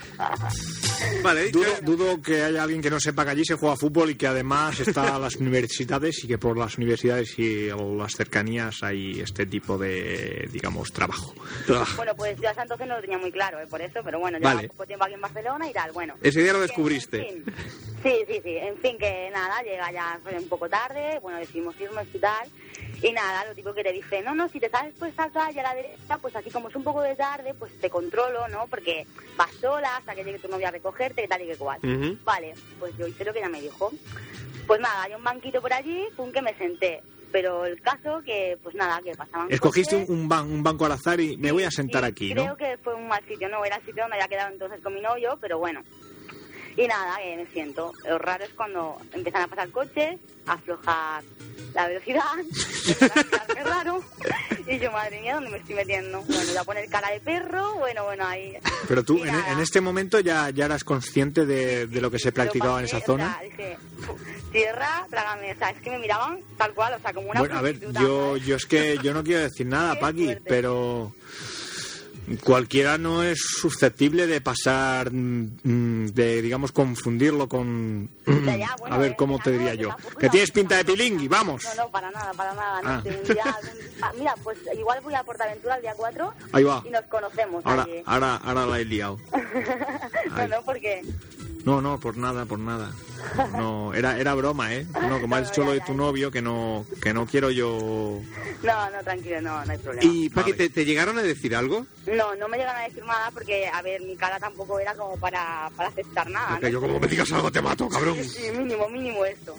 A: Vale, dicho
H: Dudo,
A: esto-
H: dudo que haya alguien que no sepa que allí se juega fútbol y que además está a las universidades y que por las universidades y las cercanías hay este tipo de, digamos, trabajo.
A: Trabajo.
G: Bueno, pues yo hasta entonces no lo tenía muy claro, ¿eh? por eso, pero bueno,
A: Vale.
G: llevaba poco tiempo aquí en Barcelona y tal, bueno.
A: Ese día lo
G: Que,
A: descubriste.
G: en fin, sí, sí, sí, en fin, que nada, llega ya fue un poco tarde, bueno, decidimos irnos y tal, y nada, lo tipo que te dice, no, no, si te sales pues acá y a la derecha, pues así como es un poco de tarde, pues te controlo, ¿no? Porque vas sola hasta que llegue tu novia a recogerte, que tal y que cual.
A: Ujú.
G: Vale, pues yo hice lo que ella me dijo. Pues nada, hay un banquito por allí, pum, que me senté. Pero el caso que, pues nada, que pasaban
H: Escogiste
G: coches,
H: un, ban- un banco al azar y me voy a
G: Sí,
H: sentar
G: sí,
H: aquí,
G: creo
H: ¿no?
G: que fue un mal sitio, no era el sitio donde había quedado entonces con mi novio, pero bueno. Y nada, que me siento. Lo raro es cuando empiezan a pasar coches, a aflojar la velocidad, qué raro. Y yo, madre mía, ¿dónde me estoy metiendo? Bueno, voy a poner cara de perro, bueno, bueno, ahí.
H: Pero tú,
G: Y
H: en,
G: nada.
H: en este momento ya, ya eras consciente de, de lo que se practicaba en esa
G: Pero pasé,
H: zona.
G: O sea, dije, tierra, trágame. O sea, es que me miraban tal cual, o sea, como una
H: Bueno, a ver,
G: prostituta,
H: yo,
G: ¿sabes?
H: yo es que yo no quiero decir nada,
G: Qué
H: Paqui,
G: fuerte.
H: pero cualquiera no es susceptible de pasar, mm, mm, de, digamos, confundirlo con...
G: sea, ya, bueno,
H: Mm. a ver,
G: eh,
H: ¿cómo
G: ya
H: te
G: no,
H: diría
G: que
H: yo?
G: tampoco
H: Que
G: era
H: tienes
G: una
H: pinta de
G: cosa.
H: pilingui, vamos.
G: No, no, para nada, para nada. no
H: Ah.
G: sé, un día- un- ah, mira, pues igual voy a Portaventura el día 4
H: Ahí va.
G: y nos conocemos.
H: Ahora, ah,
G: allí.
H: ahora, ahora la he liado.
G: no, no, porque...
H: No, no, por nada, por nada. No, era, era broma, ¿eh? No, como has dicho lo de tu novio, que no, que no quiero yo...
G: No, no, tranquilo, no, no hay problema.
A: ¿Y Paqui,
H: Vale.
A: ¿te, te llegaron a decir algo?
G: No, no me llegan a decir nada porque, a ver, mi cara tampoco era como para, para aceptar nada.
A: Que
G: ¿no?
A: yo como me digas algo te mato, cabrón.
G: Sí, sí, mínimo, mínimo esto.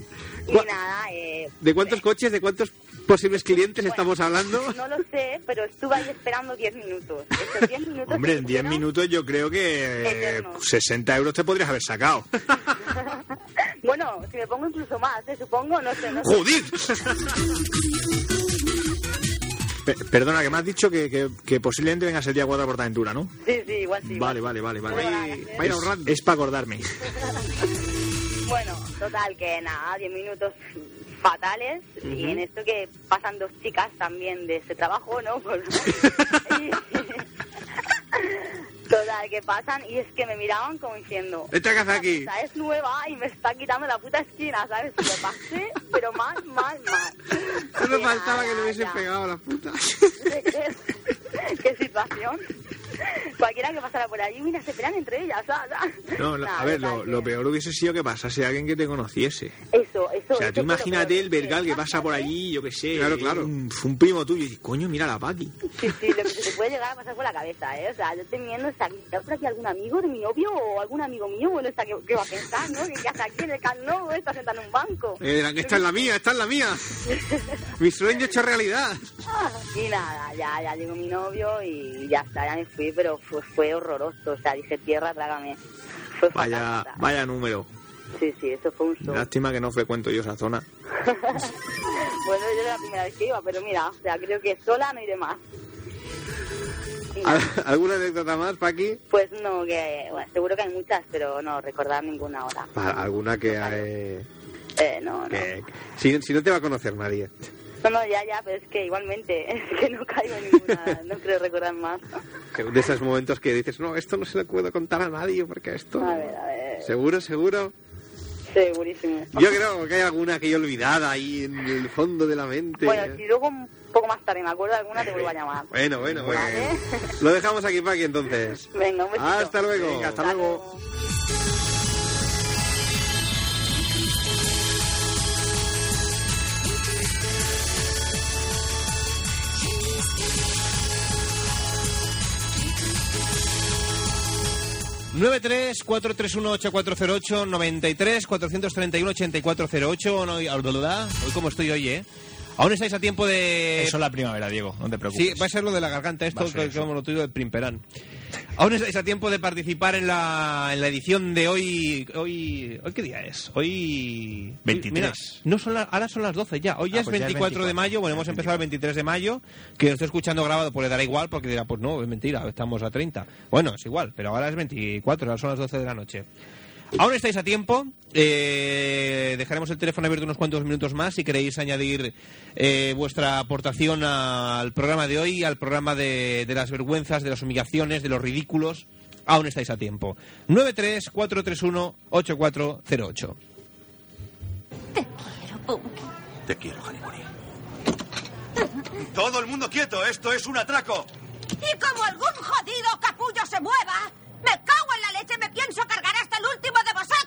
G: Y
A: Gua-
G: nada, eh...
A: ¿De cuántos coches, de cuántos posibles clientes estamos hablando?
G: No lo sé, pero estuve ahí esperando 10 minutos. Esos 10 minutos...
H: Hombre,
G: que
H: en 10
G: fueron-
H: minutos yo creo que eh,
G: Eterno.
H: 60 euros te podrías haber sacado.
G: Bueno, si me pongo incluso más, ¿eh? supongo, no sé, no sé.
H: ¡Joder! Pe- perdona, que me has dicho que, que- que posiblemente vengas el día 4 a Portaventura, ¿no?
G: Sí, sí, igual sí.
H: Vale, vale, vale, vale.
G: Ay,
H: Es-
A: va a ir ahorrando.
H: Es, para acordarme.
G: Bueno, total, que nada, 10 minutos fatales. Y en esto que pasan dos chicas también de ese trabajo, ¿no? Pues- y- total, que pasan y es que me miraban como diciendo...
A: Vete a casa
G: "Esta
A: aquí".
G: puta Es nueva y me está quitando la puta esquina, ¿sabes? Y lo pasé, pero mal, mal, mal.
A: Solo
G: Y
A: faltaba que
G: nada,
A: le hubiesen
G: ya.
A: pegado a la puta.
G: ¿Qué situación? Cualquiera espera que pasara por allí, mira, se esperan entre ellas. ah, ah.
H: No, lo-
G: Nada,
H: a ver,
G: total,
H: lo,
G: que-
H: lo peor hubiese sido que pasase alguien que te conociese.
G: Eso, eso.
H: O sea, tú
G: eso fue lo
H: imagínate
G: peor,
H: el vergal que pasa por
G: imagínate.
H: allí, yo qué sé. eh,
A: Claro, claro.
H: Un, un primo tuyo y coño, mira la Paqui.
G: Sí, sí, lo que se te puede llegar a pasar por la cabeza, ¿eh? O sea, yo estoy viendo, ¿está por aquí algún amigo de mi novio o algún amigo mío? Bueno, está que, que va a pensar, ¿no? Que, que hasta aquí en el Camp Nou ¿eh? está sentado en un banco.
H: Eh, dirán, esta es la mía, esta es la mía. Mi sueño hecho realidad.
G: Ah, Y nada, ya, ya llegó mi novio y ya está, ya me fui, pero fue, fue horroroso. O sea, dije, tierra, trágame. Fue fatal,
H: Vaya,
G: fatal.
H: vaya número.
G: Sí, sí, eso fue un show.
H: Lástima que no frecuento yo esa zona.
G: Bueno, yo era la primera vez que iba, pero mira, o sea, creo que sola no iré más. Y nada.
H: ¿Al- ¿Alguna anécdota más, Paqui?
G: Pues no, que bueno, seguro que hay muchas, pero no recordar ninguna ahora.
H: Pa- Alguna que... eh,
G: Eh, no, no.
H: que- si, si no te va a conocer nadie.
G: No, no, ya, ya, pero es que igualmente, es que no caigo en ninguna, no creo recordar más.
H: Que De esos momentos que dices, no, esto no se lo puedo contar a nadie porque esto...
G: A ver, a ver,
H: Seguro, seguro.
G: segurísimo.
H: Yo creo que hay alguna que yo olvidada ahí en el fondo de la mente.
G: Bueno, si luego un poco más tarde me acuerdo de alguna, te vuelvo a llamar.
H: Bueno, bueno, bueno.
G: Vale.
H: Lo dejamos aquí, Paqui, entonces.
G: Venga, un besito.
H: Ah, Hasta luego.
G: Venga,
H: Hasta luego.
A: hoy, Alboludá. hoy como estoy hoy, ¿eh? Aún estáis a tiempo de...
B: Eso es la primavera, Diego, no te preocupes.
A: Sí, va a ser lo de la garganta, esto
B: Va a ser
A: que-
B: eso.
A: como lo tuyo de Primperán. Aún estáis a tiempo de participar en la, en la edición de hoy. hoy ¿Hoy qué día es? Hoy.
B: 23.
A: Mira, no son las- ahora son las 12 ya. Hoy ya
B: Ah,
A: es
B: pues ya es
A: 24, de mayo. Bueno,
B: ya
A: hemos
B: es
A: empezado el 23 de mayo. Que lo estoy escuchando grabado, pues le dará igual porque dirá, pues no, es mentira, estamos a 30. Bueno, es igual, pero ahora es 24, ahora son las 12 de la noche. Aún estáis a tiempo. eh, dejaremos el teléfono abierto unos cuantos minutos más si queréis añadir eh, vuestra aportación al programa de hoy, al programa de, de las vergüenzas, de las humillaciones, de los ridículos. Aún estáis a tiempo. 934318408.
I: Te quiero, Punky.
J: Te quiero, Hanimori. Todo el mundo quieto, esto es un atraco.
I: Y como algún jodido capullo se mueva, me cago en la leche, me pienso cargar hasta el último de vosotros.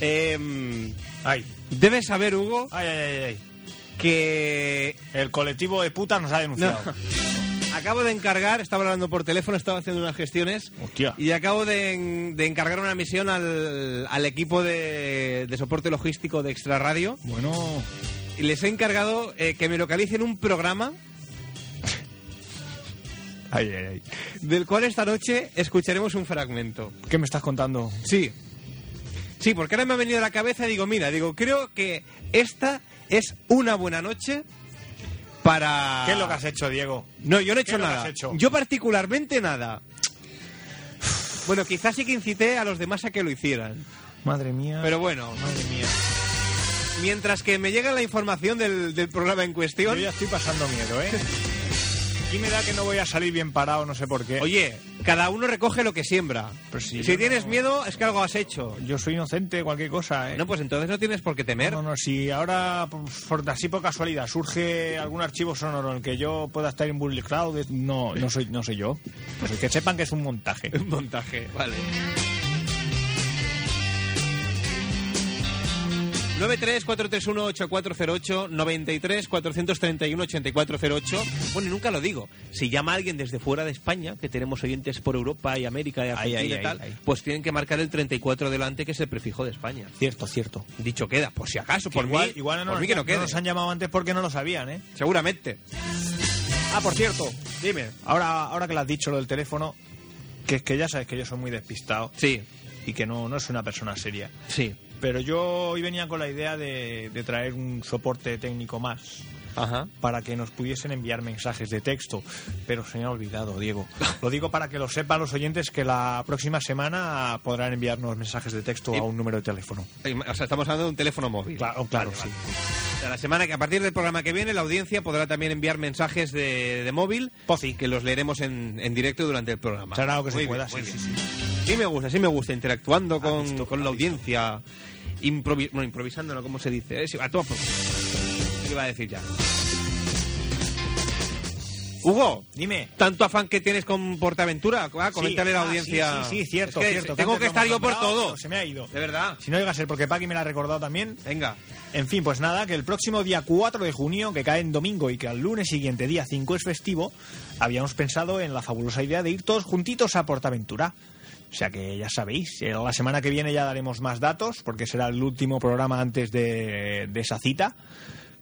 A: Em,
B: Ay,
A: debes saber, Hugo,
B: ay, ay, ay, ay.
A: que
B: El colectivo de putas nos ha denunciado.
A: acabo de encargar, estaba hablando por teléfono, estaba haciendo unas gestiones.
B: Hostia.
A: Y acabo de, en- de encargar una misión al, al equipo de, de soporte logístico de Extra Radio.
B: Bueno,
A: Y les he encargado eh, que me localicen un programa
B: ay, ay, ay.
A: del cual esta noche escucharemos un fragmento.
B: ¿Qué me estás contando?
A: Sí. Sí, porque ahora me ha venido a la cabeza y digo, mira, digo, creo que esta es una buena noche para...
B: ¿Qué es lo que has hecho, Diego?
A: No, yo no he
B: ¿Qué
A: hecho
B: es lo que
A: nada.
B: has hecho?
A: Yo particularmente nada. Bueno, quizás sí que incité a los demás a que lo hicieran.
B: Madre mía.
A: Pero bueno,
B: madre mía.
A: mientras que me llega la información del, del programa en
B: Yo
A: cuestión...
B: ya estoy pasando miedo, ¿eh? Y me da que no voy a salir bien parado, no sé por qué.
A: Oye, cada uno recoge lo que siembra.
B: Pero si
A: si
B: Pues yo
A: tienes
B: no-
A: miedo, es que algo has hecho.
B: yo soy inocente, cualquier cosa, ¿eh?
A: No, pues entonces no tienes por qué temer.
B: No, no, si ahora, por, por- así por casualidad, surge algún archivo sonoro en el que yo pueda estar involucrado, de- no, no soy, no soy yo. Pues que sepan que es un montaje.
A: Un montaje, vale. 93-431-8408, 93-431-8408. Bueno, y nunca lo digo. Si llama alguien desde fuera de España, que tenemos oyentes por Europa y América y Argentina
B: ay,
A: y
B: ay,
A: tal,
B: ay.
A: pues tienen que marcar el 34 delante, que es el prefijo de España.
B: Cierto, cierto.
A: Dicho queda, por si acaso, por
B: igual,
A: mí,
B: igual no,
A: por
B: nos,
A: mí que no
B: no
A: quede.
B: nos han llamado antes porque no lo sabían, ¿eh?
A: Seguramente. Ah, por cierto, dime.
B: Ahora, ahora que lo has dicho lo del teléfono, que es que ya sabes que yo soy muy despistado
A: Sí,
B: y que no, no soy una persona seria.
A: sí.
B: Pero yo hoy venía con la idea de, de traer un soporte técnico más
A: Ajá.
B: para que nos pudiesen enviar mensajes de texto, pero se me ha olvidado, Diego. Lo digo para que lo sepan los oyentes que la próxima semana podrán enviarnos mensajes de texto
A: Y-
B: a un número de teléfono.
A: O sea, estamos hablando de un teléfono móvil.
B: Claro, claro,
A: Vale,
B: sí.
A: O sea, La semana que a partir del programa que viene la audiencia podrá también enviar mensajes de, de móvil
B: Pozi.
A: que los leeremos en, en directo durante el programa.
B: Pues Será lo que se
A: Muy
B: pueda,
A: bien, muy
B: sí,
A: bien.
B: sí, Ah,
A: Sí me gusta, sí me gusta interactuando con,
B: visto,
A: con
B: ha
A: la
B: visto.
A: audiencia, improvi- bueno, improvisando, ¿no? ¿Cómo se dice? Eh, sí, a toda por- ¿Qué iba a decir ya? Hugo,
B: Dime.
A: tanto afán que tienes con Portaventura, ah, coméntale a la
B: ah,
A: audiencia.
B: Sí, sí, sí, cierto,
A: Es que
B: cierto.
A: Tengo que
B: Antes lo
A: estar
B: hemos
A: yo por
B: nombrado,
A: todo.
B: pero Se me ha ido.
A: De verdad.
B: Si no, oiga, ser porque Paqui me la ha recordado también.
A: Venga.
B: En fin, pues nada, que el próximo día 4 de junio, que cae en domingo y que al lunes siguiente, día 5, es festivo, habíamos pensado en la fabulosa idea de ir todos juntitos a Portaventura. O sea que ya sabéis, eh, la semana que viene ya daremos más datos, porque será el último programa antes de, de esa cita.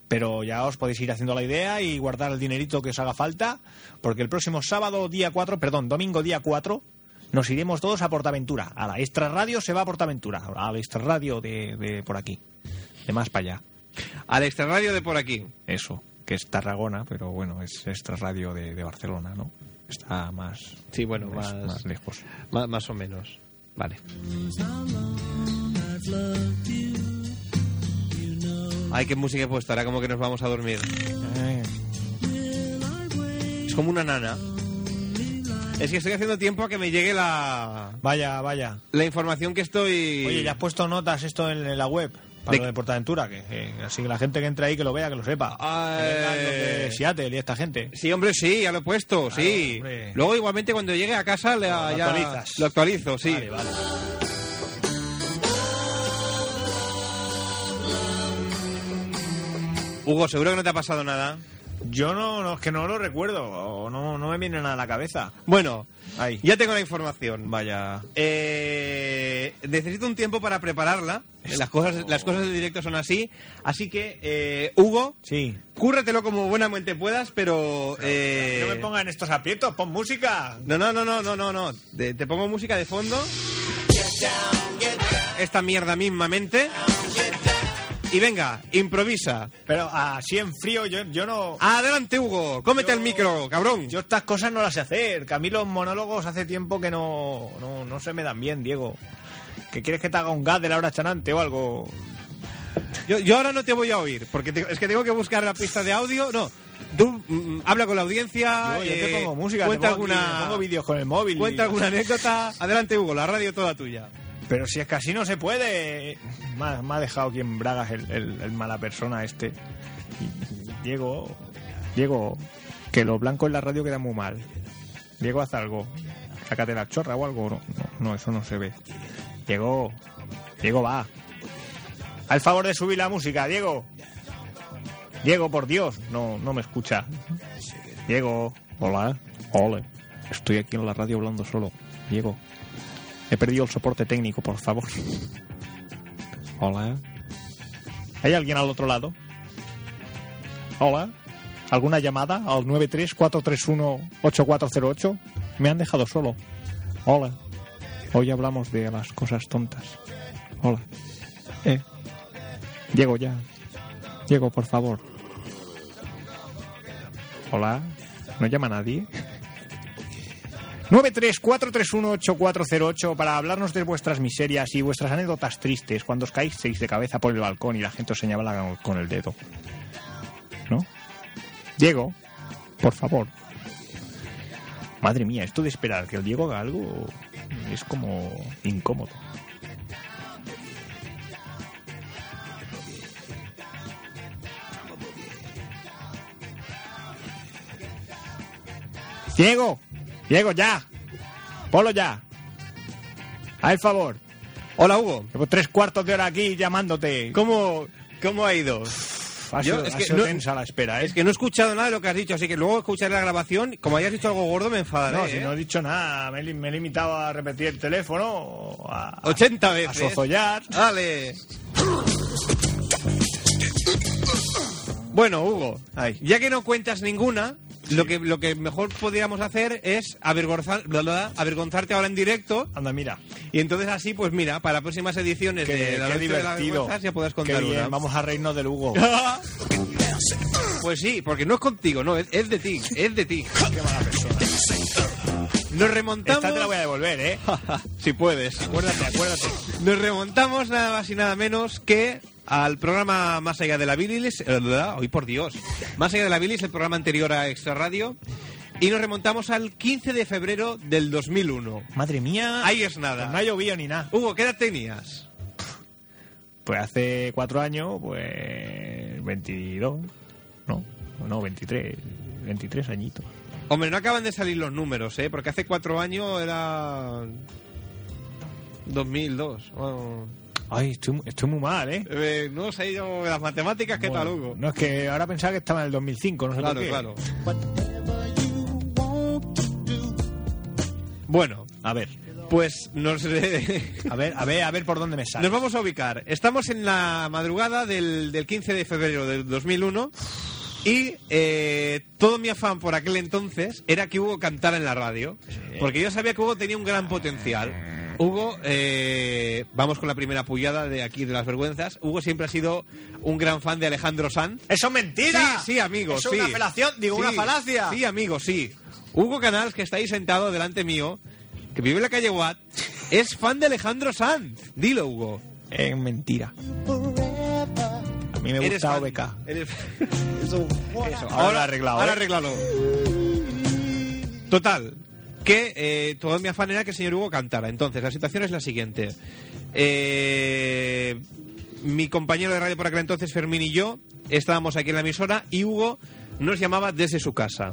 B: Pero ya os podéis ir haciendo la idea y guardar el dinerito que os haga falta, porque el próximo sábado, día 4, perdón, domingo, día 4, nos iremos todos a Portaventura. A la extra radio se va a Portaventura, a la extra radio de, de por aquí, de más para allá.
A: Al extrarradio de por aquí.
B: Eso, que es Tarragona, pero bueno, es extra radio de, de Barcelona, ¿no? Está más,
A: Sí, bueno,
B: es
A: más-
B: más lejos.
A: Más, más o menos. Vale. Ay, qué música he puesto. Ahora como que nos vamos a dormir.
B: Eh,
A: Es como una nana. Es que estoy haciendo tiempo a que me llegue la,
B: vaya, vaya.
A: la información que estoy...
B: Oye, ¿ya has puesto notas esto en, en la web? Para
A: ¿De
B: lo
A: qué?
B: de Portaventura, que, que- así que la gente que entra ahí que lo vea, que lo sepa.
A: Ay.
B: Que vengan los de Seattle y esta gente.
A: Ah, eh, Sí, hombre, sí, ya lo he puesto, sí.
B: hombre.
A: Luego igualmente cuando llegue a casa le-
B: Lo
A: ya-
B: actualizas.
A: lo actualizo, sí.
B: Vale, vale.
A: Hugo, seguro que no te ha pasado nada.
B: Yo no, no, es que no lo recuerdo, o no, no me viene nada a la cabeza.
A: Bueno,
B: Ahí.
A: ya tengo la información.
B: Vaya.
A: Eh, necesito un tiempo para prepararla. Las cosas, las cosas del directo son así. Así que, eh, Hugo,
B: Sí.
A: cúrratelo como buenamente puedas, pero... eh,
B: No me pongan estos aprietos, pon música.
A: no, no, no, no, no, no, no. Te, te pongo música de fondo. Esta mierda mismamente. Y venga, improvisa.
B: Pero así en frío, yo, yo no.
A: Adelante, Hugo. Cómete
B: Yo-
A: el micro, cabrón.
B: Yo estas cosas no las sé hacer. Que a mí los monólogos hace tiempo que no, no, no se me dan bien, Diego. ¿Que quieres que te haga un gas de la hora chanante o algo?
A: Yo, yo ahora no te voy a oír, porque te- es que tengo que buscar la pista de audio. No, tú mm, habla con la audiencia.
B: Yo, yo te
A: eh,
B: pongo música,
A: cuenta
B: te pongo, aquí-
A: alguna,
B: te pongo vídeos con el móvil.
A: cuenta
B: y-
A: alguna anécdota. Adelante, Hugo, la radio toda tuya.
B: Pero si es que así no se puede. Me ha, me ha dejado aquí en Bragas el, el- el mala persona este. Diego, Diego, que lo blanco en la radio queda muy mal. Diego, haz algo. Sácate la chorra o algo. No, no, no, eso no se ve. Diego, Diego, va. Al favor de subir la música, Diego. Diego, por Dios, no, no me escucha. Diego, hola, ole. Estoy aquí en la radio hablando solo. Diego, he perdido el soporte técnico, por favor. Hola. ¿Hay alguien al otro lado? Hola. ¿Alguna llamada al 93431-8408? Me han dejado solo. Hola. Hoy hablamos de las cosas tontas. Hola. Eh. Diego ya. Diego, por favor. Hola. ¿No llama nadie? 934318408 para hablarnos de vuestras miserias y vuestras anécdotas tristes cuando os caéis de cabeza por el balcón y la gente os señala con el dedo. ¿No? Diego, por favor. Madre mía, esto de esperar que el Diego haga algo es como incómodo. Diego, Diego, ya. Polo ya. Haz el favor.
A: Hola, Hugo.
B: Llevo tres cuartos de hora aquí llamándote.
A: ¿Cómo, cómo ha ido?
B: Ha
A: Yo-
B: sido,
A: es
B: ha
A: que
B: sido
A: no-
B: tensa la espera, ¿eh?
A: Es que no he escuchado nada de lo que has dicho, así que luego escucharé la grabación. Como hayas dicho algo gordo, me enfadaré.
B: No, si
A: ¿eh?
B: no he dicho nada, me, he li- me he limitado a repetir el teléfono, a,
A: 80
B: a
A: veces.
B: sozollar.
A: Dale. Bueno, Hugo,
B: Ay.
A: ya que no cuentas ninguna, lo, que, lo que mejor podríamos hacer es avergonzar- bla, bla, bla, avergonzarte ahora en directo.
B: Anda, mira,
A: Y entonces así, pues mira, para próximas ediciones
B: qué,
A: de la
B: qué
A: Noche de las
B: divertido.
A: Vergüenzas ya podrás
B: Qué
A: contar
B: bien,
A: una.
B: vamos a reírnos del Hugo.
A: Pues sí, porque no es contigo, no, es, es de ti, es de ti. Nos remontamos.
B: Esta te la voy a devolver, ¿eh?
A: si puedes.
B: Acuérdate, acuérdate.
A: Nos remontamos nada más y nada menos que al programa Más allá de la bilis, eh, ¿verdad? hoy por Dios, Más allá de la bilis, el programa anterior a Extra Radio, y nos remontamos al 15 de febrero del 2001.
B: Madre mía,
A: Ahí es
B: no ha
A: nada.
B: llovido ni nada.
A: Hugo, ¿qué edad tenías?
B: Pues hace cuatro años, pues 22, no, no, 23, 23 añitos.
A: Hombre, no acaban de salir los números, ¿eh? Porque hace cuatro años era 2002. Bueno,
B: Ay, estoy, mu- estoy muy mal, ¿eh?
A: eh, no sé yo las matemáticas, ¿qué tal,
B: Bueno,
A: Hugo?
B: No, es que ahora pensaba que estaba en el 2005, no sé
A: Claro,
B: por qué.
A: claro. Bueno,
B: A ver,
A: pues nos...
B: a ver, a ver, a ver por dónde me sale.
A: Nos vamos a ubicar. Estamos en la madrugada del, del 15 de febrero del 2001 y eh, todo mi afán por aquel entonces era que Hugo cantara en la radio, porque yo sabía que Hugo tenía un gran potencial. Hugo, eh, vamos con la primera puyada de aquí de las vergüenzas. Hugo siempre ha sido un gran fan de Alejandro Sanz.
B: ¡Eso es mentira!
A: Sí, sí, amigo,
B: Eso
A: sí.
B: es una falación, digo,
A: Sí,
B: una falacia.
A: Sí, amigo, sí. Hugo Canals, que está ahí sentado delante mío, que vive en la calle Watt, es fan de Alejandro Sanz. Dilo, Hugo.
B: Es mentira. A mí me gusta
A: fan.
B: OBK.
A: Eres-
B: Eso, ahora lo he arreglado.
A: Ahora
B: ¿eh?
A: arreglalo. Total. Que eh, todo mi afán era que el señor Hugo cantara. Entonces, la situación es la siguiente. Eh, mi compañero de radio por aquel entonces, Fermín y yo, estábamos aquí en la emisora y Hugo nos llamaba desde su casa.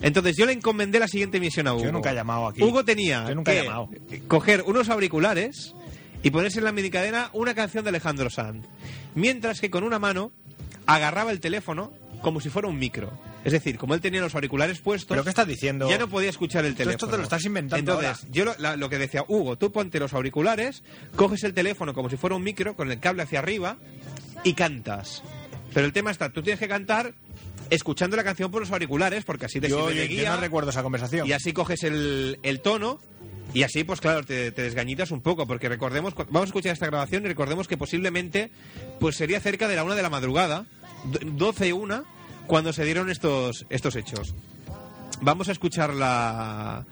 A: Entonces, yo le encomendé la siguiente misión a Hugo.
B: nunca he llamado aquí.
A: Hugo tenía
B: Yo nunca he
A: que
B: llamado.
A: coger unos auriculares y ponerse en la minicadena una canción de Alejandro Sanz. Mientras que con una mano agarraba el teléfono como si fuera un micro. Es decir, como él tenía los auriculares puestos,
B: ¿Pero qué estás diciendo?
A: ya no podía escuchar el
B: Tú
A: teléfono.
B: esto te lo estás inventando
A: Entonces,
B: ahora.
A: yo lo, la- lo que decía, Hugo, tú ponte los auriculares, coges el teléfono como si fuera un micro, con el cable hacia arriba, y cantas. Pero el tema está, tú tienes que cantar escuchando la canción por los auriculares, porque así te
B: yo,
A: sirve de
B: yo- yo
A: guía.
B: no recuerdo esa conversación.
A: Y así coges el, el tono y así, pues claro, te, te desgañitas un poco, porque recordemos, cu- vamos a escuchar esta grabación y recordemos que posiblemente pues sería cerca de la una de la madrugada, do- 12 y una, cuando se dieron estos, estos hechos. Vamos a escuchar la,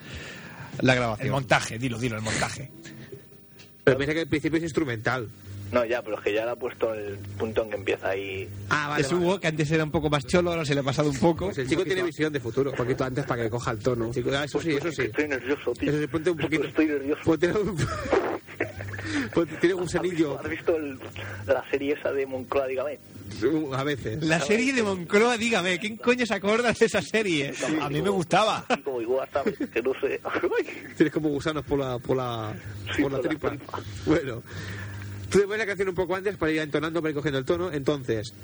A: la
B: El
A: grabación.
B: montaje, dilo, dilo, el montaje.
H: Pero piensa que al principio es instrumental.
K: No, ya, pero es que ya le ha puesto el punto en que empieza ahí.
H: Ah, vale.
A: es Hugo, que antes era un poco más cholo, ahora se le ha pasado un poco.
H: Pues el chico tiene visión de futuro. Un poquito antes para que coja el tono. Chico, ah, eso sí, eso sí.
K: Estoy nervioso, tío.
H: Eso sí, ponte un poquito.
K: Estoy nervioso.
H: Ponte un... ponte- tiene un
K: ¿Has visto,
H: senillo
K: has visto el- la serie esa de Moncloa, dígame?
H: uh, a veces.
A: La serie de Moncloa, dígame, ¿quién coño se acuerda de esa serie?
B: A mí me gustaba.
K: Y Como igual, ¿sabes? Que no sé. Ay,
H: Tienes como gusanos por la, por la,
K: Sí,
H: por la
K: por la
H: tripa.
K: tripa.
H: Bueno, tú te pones la canción un poco antes para ir entonando, para ir cogiendo el tono. Entonces,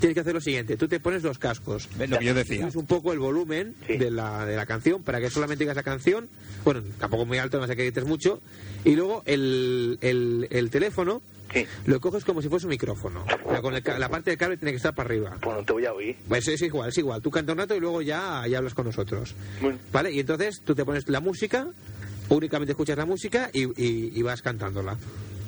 H: tienes que hacer lo siguiente. Tú te pones los cascos.
A: ¿Ves lo que yo decía?
H: Subes un poco el volumen
L: Sí.
H: de, la, de la canción para que solamente digas la canción. Bueno, tampoco muy alto, no sé que grites mucho. Y luego el, el, el teléfono
L: Sí.
H: lo coges como si fuese un micrófono. La, con el ca- la parte del cable tiene que estar para arriba.
L: Bueno, te voy a oír.
H: Pues es igual, es igual. Tú canta un rato y luego ya, ya hablas con nosotros.
L: Bueno.
H: ¿Vale? Y entonces tú te pones la música, únicamente escuchas la música y, y- y vas cantándola.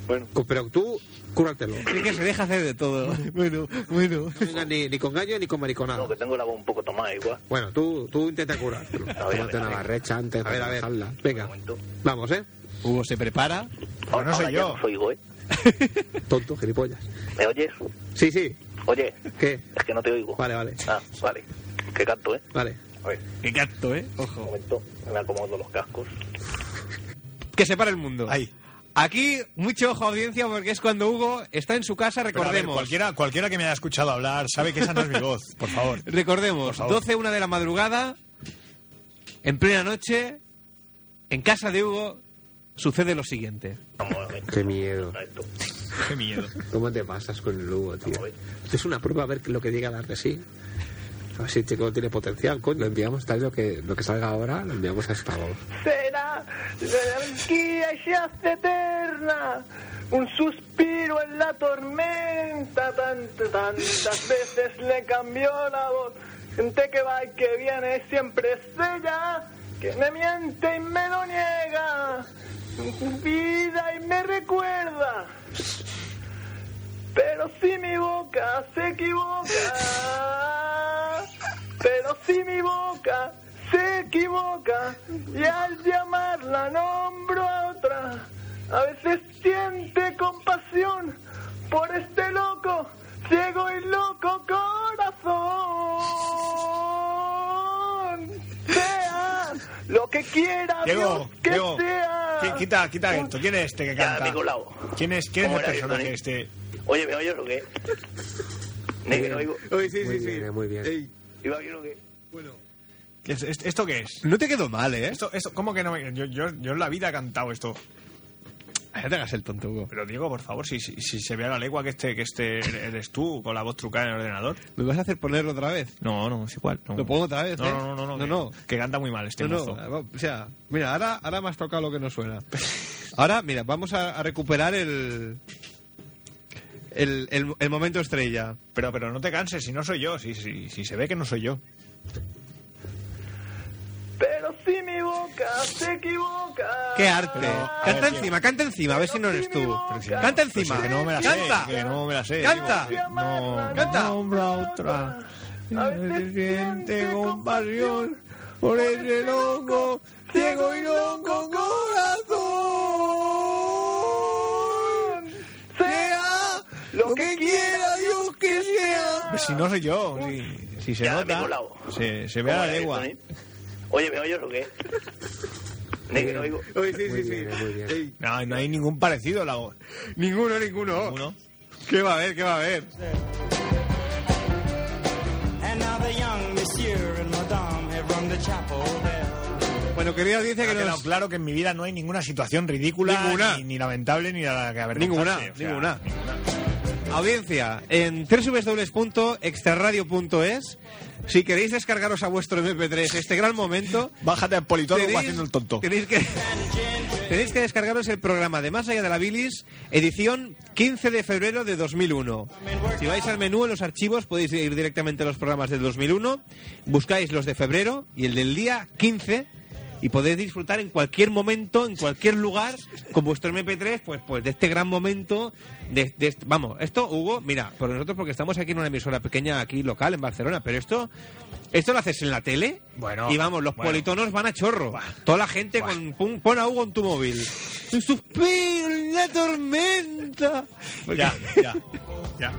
L: Bueno,
H: Co- Pero tú, cúrratelo. No
A: Es que se deja hacer de todo.
B: Bueno, bueno.
H: vengas ni, ni con gallo ni con mariconada.
L: no, que tengo la voz un poco tomada igual.
H: Bueno, tú, tú intenta curártelo.
L: A ver, a ver, a ver.
H: barrecha antes
L: de
H: a ver, a ver.
L: bajarla.
H: Venga,
L: Un momento.
H: vamos, ¿eh?
A: Hugo se prepara.
B: Pues no
L: Ahora
B: soy
L: ya
B: yo.
L: no soy ¿eh?
H: Tonto, gilipollas.
L: ¿Me oyes?
H: Sí, sí.
L: Oye,
H: ¿Qué?
L: es que no te oigo.
H: Vale, vale.
L: Ah, vale. Que canto, ¿eh?
H: Vale.
L: A ver,
A: Qué canto, ¿eh?
L: un
A: Ojo.
L: momento. Me acomodo los cascos.
A: Que se para el mundo.
B: Ahí.
A: Aquí, mucho ojo audiencia, porque es cuando Hugo está en su casa,
B: Pero a ver,
A: recordemos.
B: cualquiera, cualquiera que me haya escuchado hablar sabe que esa no es mi voz, por favor.
A: Recordemos,
B: favor.
A: 12, una de la madrugada, en plena noche, en casa de Hugo, sucede lo siguiente.
L: Vamos a ver.
H: Qué miedo.
L: A esto.
B: Qué miedo.
H: ¿Cómo te pasas con el Hugo, tío?
L: Vamos a ver.
H: Esto es una prueba a ver lo que llega a dar de sí. A ver si el chico tiene potencial, coño. Lo enviamos tal lo que, lo que salga ahora, lo enviamos a Star
M: será la anguila se hace eterna. Un suspiro en la tormenta, tan- tantas veces le cambió la voz. Gente que va y que viene, siempre es ella, que me miente y me lo niega, vida y me recuerda. Pero si mi boca se equivoca, pero si mi boca se equivoca y al llamarla nombro a otra, a veces siente compasión por este loco, ciego y loco corazón. Sea lo que quiera
B: Diego,
M: Dios que
B: Diego.
M: sea.
B: qui- Quita, quita esto. ¿Quién es este que
L: Ya,
B: canta?
L: Nicolau.
B: ¿Quién es, quién es
L: ¿Cómo
B: el
L: era,
B: personaje
M: ¿eh?
L: Nicolai?
B: este?
L: Oye, ¿me oyes o qué? Ni que no oigo.
H: Oye, sí,
B: Muy
H: sí,
B: bien,
H: sí.
B: eh, muy bien.
H: Ey,
L: ¿Iba bien o qué?
B: ¿Qué es- est- ¿Esto qué es?
A: No te quedó mal, ¿eh?
B: Esto, esto, ¿Cómo que no me- yo, yo, yo en la vida he cantado esto.
A: No te hagas el tonto, Hugo.
B: Pero Diego, por favor, si, si, si se ve a la legua que este, que este eres tú con la voz trucada en el ordenador.
A: ¿Me vas a hacer ponerlo otra vez?
B: No, no, es igual. no.
A: Lo pongo otra vez,
B: no,
A: ¿eh?
B: no, no, no,
A: No,
B: que-
A: no.
B: Que canta muy mal este
A: no,
B: mozo.
A: no, o sea, mira, ahora, ahora me has tocado lo que no suena. Ahora, mira, vamos a, a recuperar el, el, el- el momento estrella.
B: Pero, pero no te canses, si no soy yo, si, si, si se ve que no soy yo.
M: Pero si mi boca se equivoca.
A: ¡Qué arte!
B: Pero, a
A: canta
B: ver,
A: encima, canta encima, a ver si no eres tú.
M: Pero si-
A: Canta
B: Pero
A: encima.
B: si Pues que no me la sé,
A: canta.
B: que no me la sé.
A: Canta.
B: digo, que no,
A: Canta.
B: Nombra otra. Se siente compasión por ese loco, ciego y loco corazón. Sea lo que quiera Dios que sea. Si no soy yo, si, si se
L: Ya,
B: nota,
L: Nicolau.
B: se, se ve a la
L: ¿Cómo era
B: legua.
L: esto, eh? Oye, ¿me oyes o qué? Ni que no oigo.
H: Oye, sí, sí, sí. Ey,
B: No, no hay ningún parecido la voz.
A: Ninguno, ninguno.
B: Uno.
A: ¿Qué va a haber? ¿Qué va a haber?
C: And now the young monsieur and madame have rung the chapel bell.
A: Bueno, querida audiencia que
B: Ha quedado
A: nos...
B: claro que en mi vida no hay ninguna situación ridícula,
A: Ninguna.
B: Ni, ni lamentable, ni la que
A: Ninguna,
B: avergonzarse. o sea,
A: ninguna. Audiencia, en www.extraradio.es, si queréis descargaros a vuestro MP3 este gran momento,
B: Bájate al politólogo
A: tenéis-
B: haciendo el tonto.
A: Tenéis que, tenéis que descargaros el programa de Más allá de la bilis, edición 15 de febrero de 2001. Si vais al menú en los archivos podéis ir directamente a los programas del 2001, buscáis los de febrero y el del día 15 y podéis disfrutar en cualquier momento, en cualquier lugar, con vuestro MP3, pues, pues de este gran momento. De, de este- vamos, esto, Hugo, mira, por nosotros porque estamos aquí en una emisora pequeña, aquí local, en Barcelona, pero esto, esto lo haces en la tele
B: Bueno,
A: y vamos, los
B: bueno.
A: politones tonos van a chorro. Toda la gente con pum, pon a Hugo en tu móvil. Un suspiro, una tormenta.
B: Ya, ya, ya.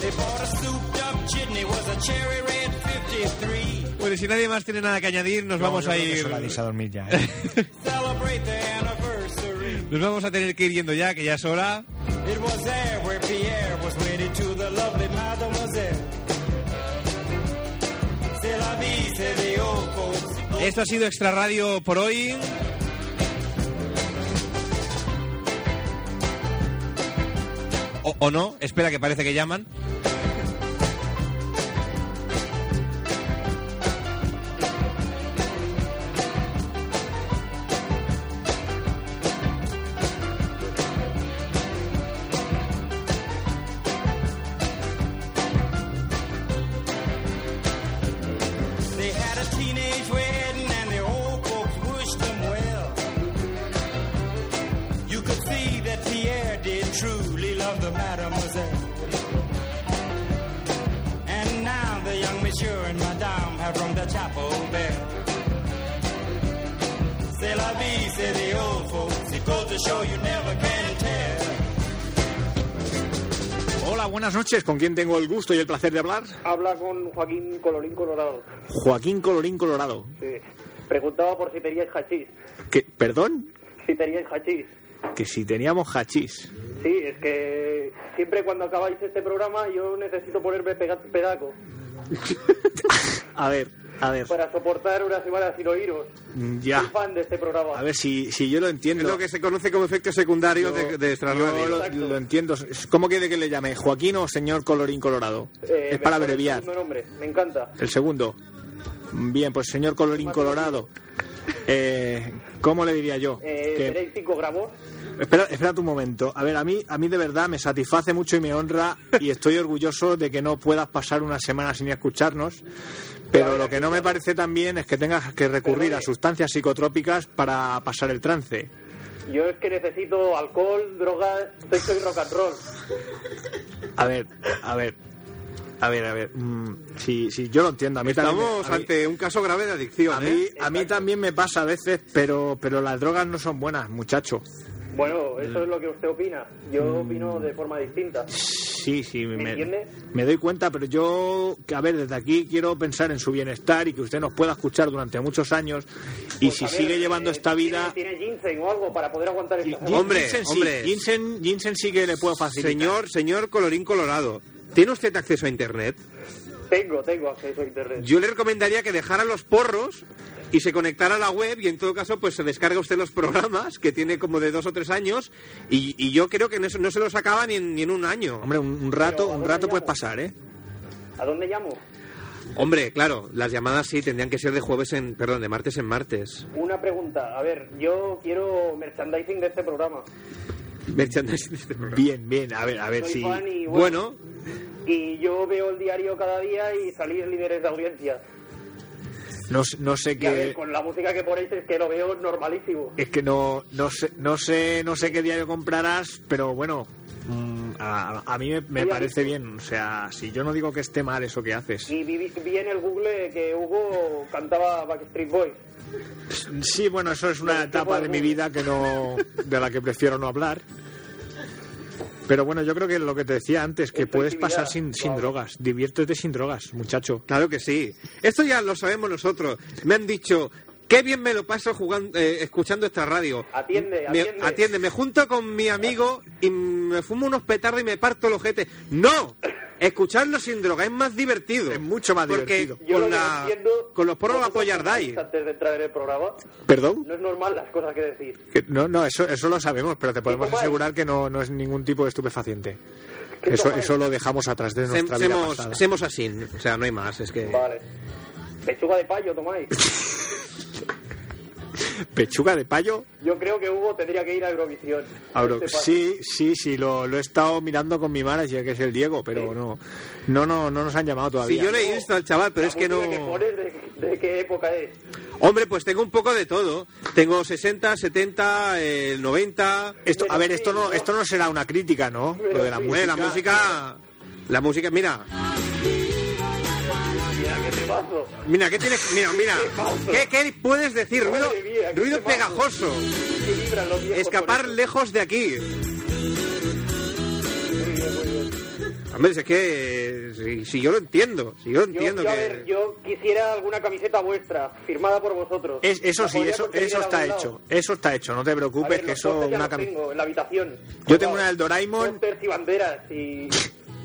C: They bought a souped up chitney, was a cherry red 53.
A: Bueno, y si nadie más tiene nada que añadir, nos
B: No,
A: vamos
B: yo
A: a
B: creo que
A: ir.
B: se la habéis a dormir ya. ¿eh?
C: Celebrate the anniversary.
A: Nos vamos a tener que ir yendo ya, que ya es hora.
C: It was there where Pierre was wedded to the lovely mademoiselle. C'est la vie, c'est the old folks.
A: Esto ha sido Extra Radio por hoy.
N: o, o no, espera que parece que llaman.
C: They had a teenage wedding and the old folks wished them well. You could see that Pierre did truly love the mademoiselle. And now the young monsieur and madame have rung the chapel bell. C'est la vie, say the old folks. It goes to show you never can tell.
B: Hola, buenas noches. ¿Con quién tengo el gusto y el placer de hablar?
M: Habla con Joaquín Colorín Colorado.
B: Joaquín Colorín Colorado.
M: Sí. Preguntaba por si teníais hachís.
B: ¿Qué? ¿Perdón?
M: Si teníais hachís.
B: Que si teníamos hachís.
M: Sí, es que siempre cuando acabáis este programa yo necesito ponerme pega- pedaco
B: A ver, a ver.
M: para soportar una semana sin oíros.
B: mm,
M: Soy
B: Ya.
M: fan de este programa.
B: A ver si, si yo lo entiendo.
A: Es lo que se conoce como efecto secundario de, de extrarradio.
B: Yo lo, lo entiendo. Es- ¿Cómo quiere que le llame? ¿Joaquín o señor Colorín Colorado?
M: Eh,
B: es
M: me
B: para
M: pone el
B: abreviar.
M: segundo nombre, me encanta.
B: El segundo. Bien, pues señor Colorín Colorado. Eh, ¿Cómo le diría yo?
M: Eh,
B: Que-
M: ¿Tenéis 5 gramos?
B: Espera, espera un momento. A ver, a mí, a mí de verdad me satisface mucho y me honra y estoy orgulloso de que no puedas pasar una semana sin escucharnos. Pero lo que no me parece también es que tengas que recurrir a sustancias psicotrópicas para pasar el trance.
M: Yo es que necesito alcohol, drogas, sexo y rock and roll.
B: A ver, a ver, a ver, a ver. mm, si, si yo lo entiendo, a mí
A: Estamos
B: también. me-
A: ante un caso grave de adicción.
B: A mí, a
A: ¿eh?
B: mí, a mí también me pasa a veces, pero, pero las drogas no son buenas, muchacho.
M: Bueno, eso es lo que usted opina. Yo opino de forma distinta.
B: Sí, sí, me,
M: entiende?
B: me doy cuenta, pero yo, que, a ver, desde aquí quiero pensar en su bienestar y que usted nos pueda escuchar durante muchos años. Y
M: Pues,
B: si
M: a ver,
B: sigue llevando
M: eh,
B: esta vida.
M: ¿Tiene, tiene ginseng o algo para poder aguantar esta
B: Gin-
A: Hombre,
B: Jensen sí,
A: hombre.
B: Jensen- Jensen sí que le puedo facilitar.
A: Señor, señor Colorín Colorado, ¿tiene usted acceso a internet?
M: Tengo, tengo acceso a internet.
A: Yo le recomendaría que dejara los porros y se conectara a la web y en todo caso pues se descarga usted los programas que tiene como de dos o tres años y, y yo creo que en eso no se los acaba ni en, ni en un año.
B: Hombre, un, un rato,
M: Pero, ¿a
B: un
M: dónde
B: rato puedes
M: llamo?
B: pasar, ¿eh?
M: ¿A dónde llamo?
A: Hombre, claro, las llamadas sí tendrían que ser de jueves en, perdón, de martes en martes.
M: Una pregunta. A ver, yo quiero merchandising de este programa.
A: Merchandising de este programa.
B: Bien, bien, a ver, a ver
M: Soy
B: si.
M: fan y bueno,
A: Bueno,
M: Y yo veo el diario cada día y salís líderes de audiencia.
B: No, s- no sé
M: Y a ver,
B: qué.
M: con la música que ponéis es que lo veo normalísimo.
B: Es que no, no, sé, no, sé, no sé qué diario comprarás, pero bueno, mm, a, a mí me, me
M: Oye,
B: parece
M: Alberto.
B: bien. O sea, si yo no digo que esté mal eso que haces.
M: Y vi, vi en el Google que Hugo cantaba Backstreet Boys.
B: Sí, bueno, eso es una
M: Pero,
B: etapa de mi vida que no, de la que prefiero no hablar. Pero bueno, yo creo que lo que te decía antes, que puedes pasar sin, sin drogas. Diviértete sin drogas, muchacho.
A: claro que sí. Esto ya lo sabemos nosotros. Me han dicho, qué bien me lo paso jugando, eh, escuchando esta radio.
M: Atiende,
A: Me-
M: atiende.
A: atiende, me junto con mi amigo y me fumo unos petardos y me parto los jetes. ¡No! Escucharlo sin droga es más divertido.
B: Es mucho más
A: Porque
B: divertido.
M: Yo
A: Con,
M: lo que
A: la-
M: no entiendo...
A: con los porros la
M: vosotros
A: pollardáis.
M: Antes de entrar en el programa,
B: ¿Perdón?
M: no es normal las cosas que decís.
B: Que- No, no, eso, eso lo sabemos, pero te podemos
M: ¿Cómo es?
B: asegurar que no, no es ningún tipo de estupefaciente.
M: ¿Qué
B: Eso,
M: cojones?
B: eso lo dejamos atrás de nuestra vida
A: Semos,
B: pasada.
A: semos así, o sea, no hay más. Es que
M: Vale. Pechuga de payo tomáis.
B: ¿Pechuga de payo?
M: Yo creo que Hugo tendría que ir a Eurovisión.
B: Auro-
M: Este pa-
B: sí, sí, sí, lo, lo he estado mirando con mi manager, que es el Diego, pero no, no, no, no nos han llamado
A: si
B: todavía.
A: yo le insto al chaval, pero
M: la
A: es que no.
M: música pones, de, de qué época es?
A: Hombre, pues tengo un poco de todo. Tengo eh, 60, 70, el 90.
B: Esto, a
M: Pero
B: ver,
M: sí,
B: esto no,
M: ¿no?
B: esto no será una crítica, ¿no?
M: Pero
B: Lo de la
M: sí.
A: Hombre,
B: música.
A: la música. La música, mira,
M: Mira, qué temazo.
A: mira, ¿qué tienes? Mira, mira. ¿Qué, qué puedes decir? Ruido,
M: Madre mía, qué
A: ruido
M: temazo.
A: pegajoso.
M: Qué vibran los viejos
A: Escapar
M: con esto.
A: lejos de aquí. Hombre, es que eh, si, si yo lo entiendo, si yo lo
M: Yo,
A: entiendo
M: yo, a
A: que...
M: ver, yo quisiera alguna camiseta vuestra, firmada por vosotros.
B: Es- eso
M: La
B: sí,
M: podría
B: eso,
M: conseguir
B: eso
M: en
B: está
M: algún
B: hecho.
M: lado.
B: Eso está hecho, no te
M: A
B: preocupes,
M: ver,
B: que
M: los
B: eso
M: pósters ya
B: una
M: los
B: cami-
M: tengo en la habitación.
B: Yo tengo una del Doraemon.
M: Pósters y banderas y,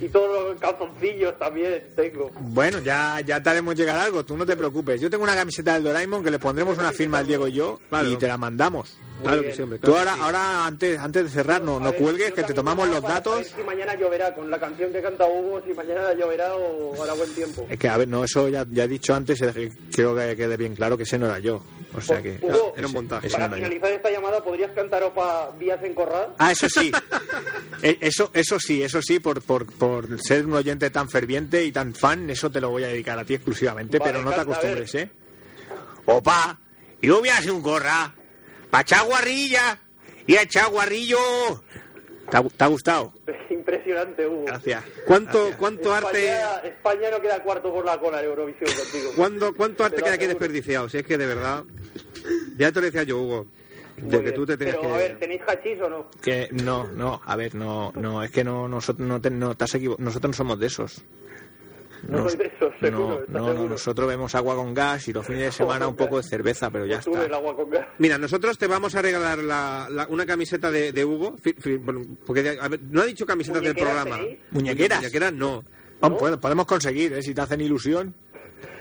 M: y todos los calzoncillos también tengo.
B: Bueno, ya, ya te haremos llegar algo, tú no te preocupes. Yo tengo una camiseta del Doraemon que le pondremos una firma al Diego y yo
A: Claro.
B: y te la mandamos.
A: Claro que sí, hombre,
B: Tú
A: claro
B: ahora,
A: que sí.
B: ahora antes, antes de cerrar, no, no cuelgues, que te tomamos los datos.
M: Si mañana lloverá, con la canción que canta Hugo, si mañana lloverá o hará buen tiempo.
B: Es que, a ver, no, eso ya, ya he dicho antes, eh, que creo que quede bien claro que ese no era yo. O sea que.
M: Pues Hugo,
B: ese- ese no
M: Para
B: era yo.
M: finalizar esta llamada, ¿podrías cantar Opa Vías Encorrada?
B: Ah, eso sí. Eh, Eso, eso sí, eso sí, por, por, por ser un oyente tan ferviente y tan fan, eso te lo voy a dedicar a ti exclusivamente,
O: Vale,
B: pero no te
O: canta, a ver.
B: acostumbres, ¿eh? Opa, yo voy a hacer un gorra, pa' echar guarrilla y a echar guarrillo. ¿Te ha, te ha gustado?
M: Impresionante, Hugo.
B: Gracias.
A: ¿Cuánto-
M: Gracias.
A: cuánto
M: España- España no queda cuarto por la cola en Eurovisión contigo.
A: ¿Cuándo- ¿Cuánto arte
M: Te lo
A: queda aquí
M: aseguro.
A: desperdiciado? Si es que de verdad. Ya te lo decía yo, Hugo.
M: Muy
A: De que
M: bien.
A: tú te tenías
M: Pero,
A: que.
M: a ver, ¿tenéis hachís o no?
B: Que no, no, a ver, no, no, es que no, nosotros no, te, no te has equivo- nosotros no somos de esos.
M: No
B: Nos-
M: soy de esos, seguro,
B: no,
M: ¿estás
B: no, no,
M: seguro?
B: nosotros vemos agua con gas y los fines de semana un poco de cerveza, pero ya
M: Pues Tú
B: está.
M: el agua con gas.
A: Mira, nosotros te vamos a regalar la- la- una camiseta de, de Hugo, fi- fi- bueno, porque de- a ver, no ha dicho camisetas del
M: ¿Muñequeras
A: programa.
M: tenéis?
B: ¿Muñequeras?
A: Muñequeras no.
B: Vamos, pod- podemos conseguir, ¿eh? si te hacen ilusión.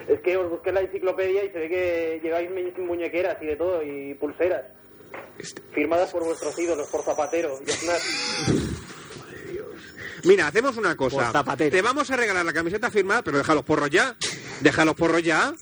M: Es que os busqué en la enciclopedia y se ve que lleváis mu- muñequeras y de todo, y pulseras.
B: Este-
M: Firmadas por vuestros ídolos, por Zapatero y Aznar.
A: Mira, hacemos una cosa.
B: Por zapatero.
A: Te vamos a regalar la camiseta firmada, pero deja los porros ya. Deja los porros ya.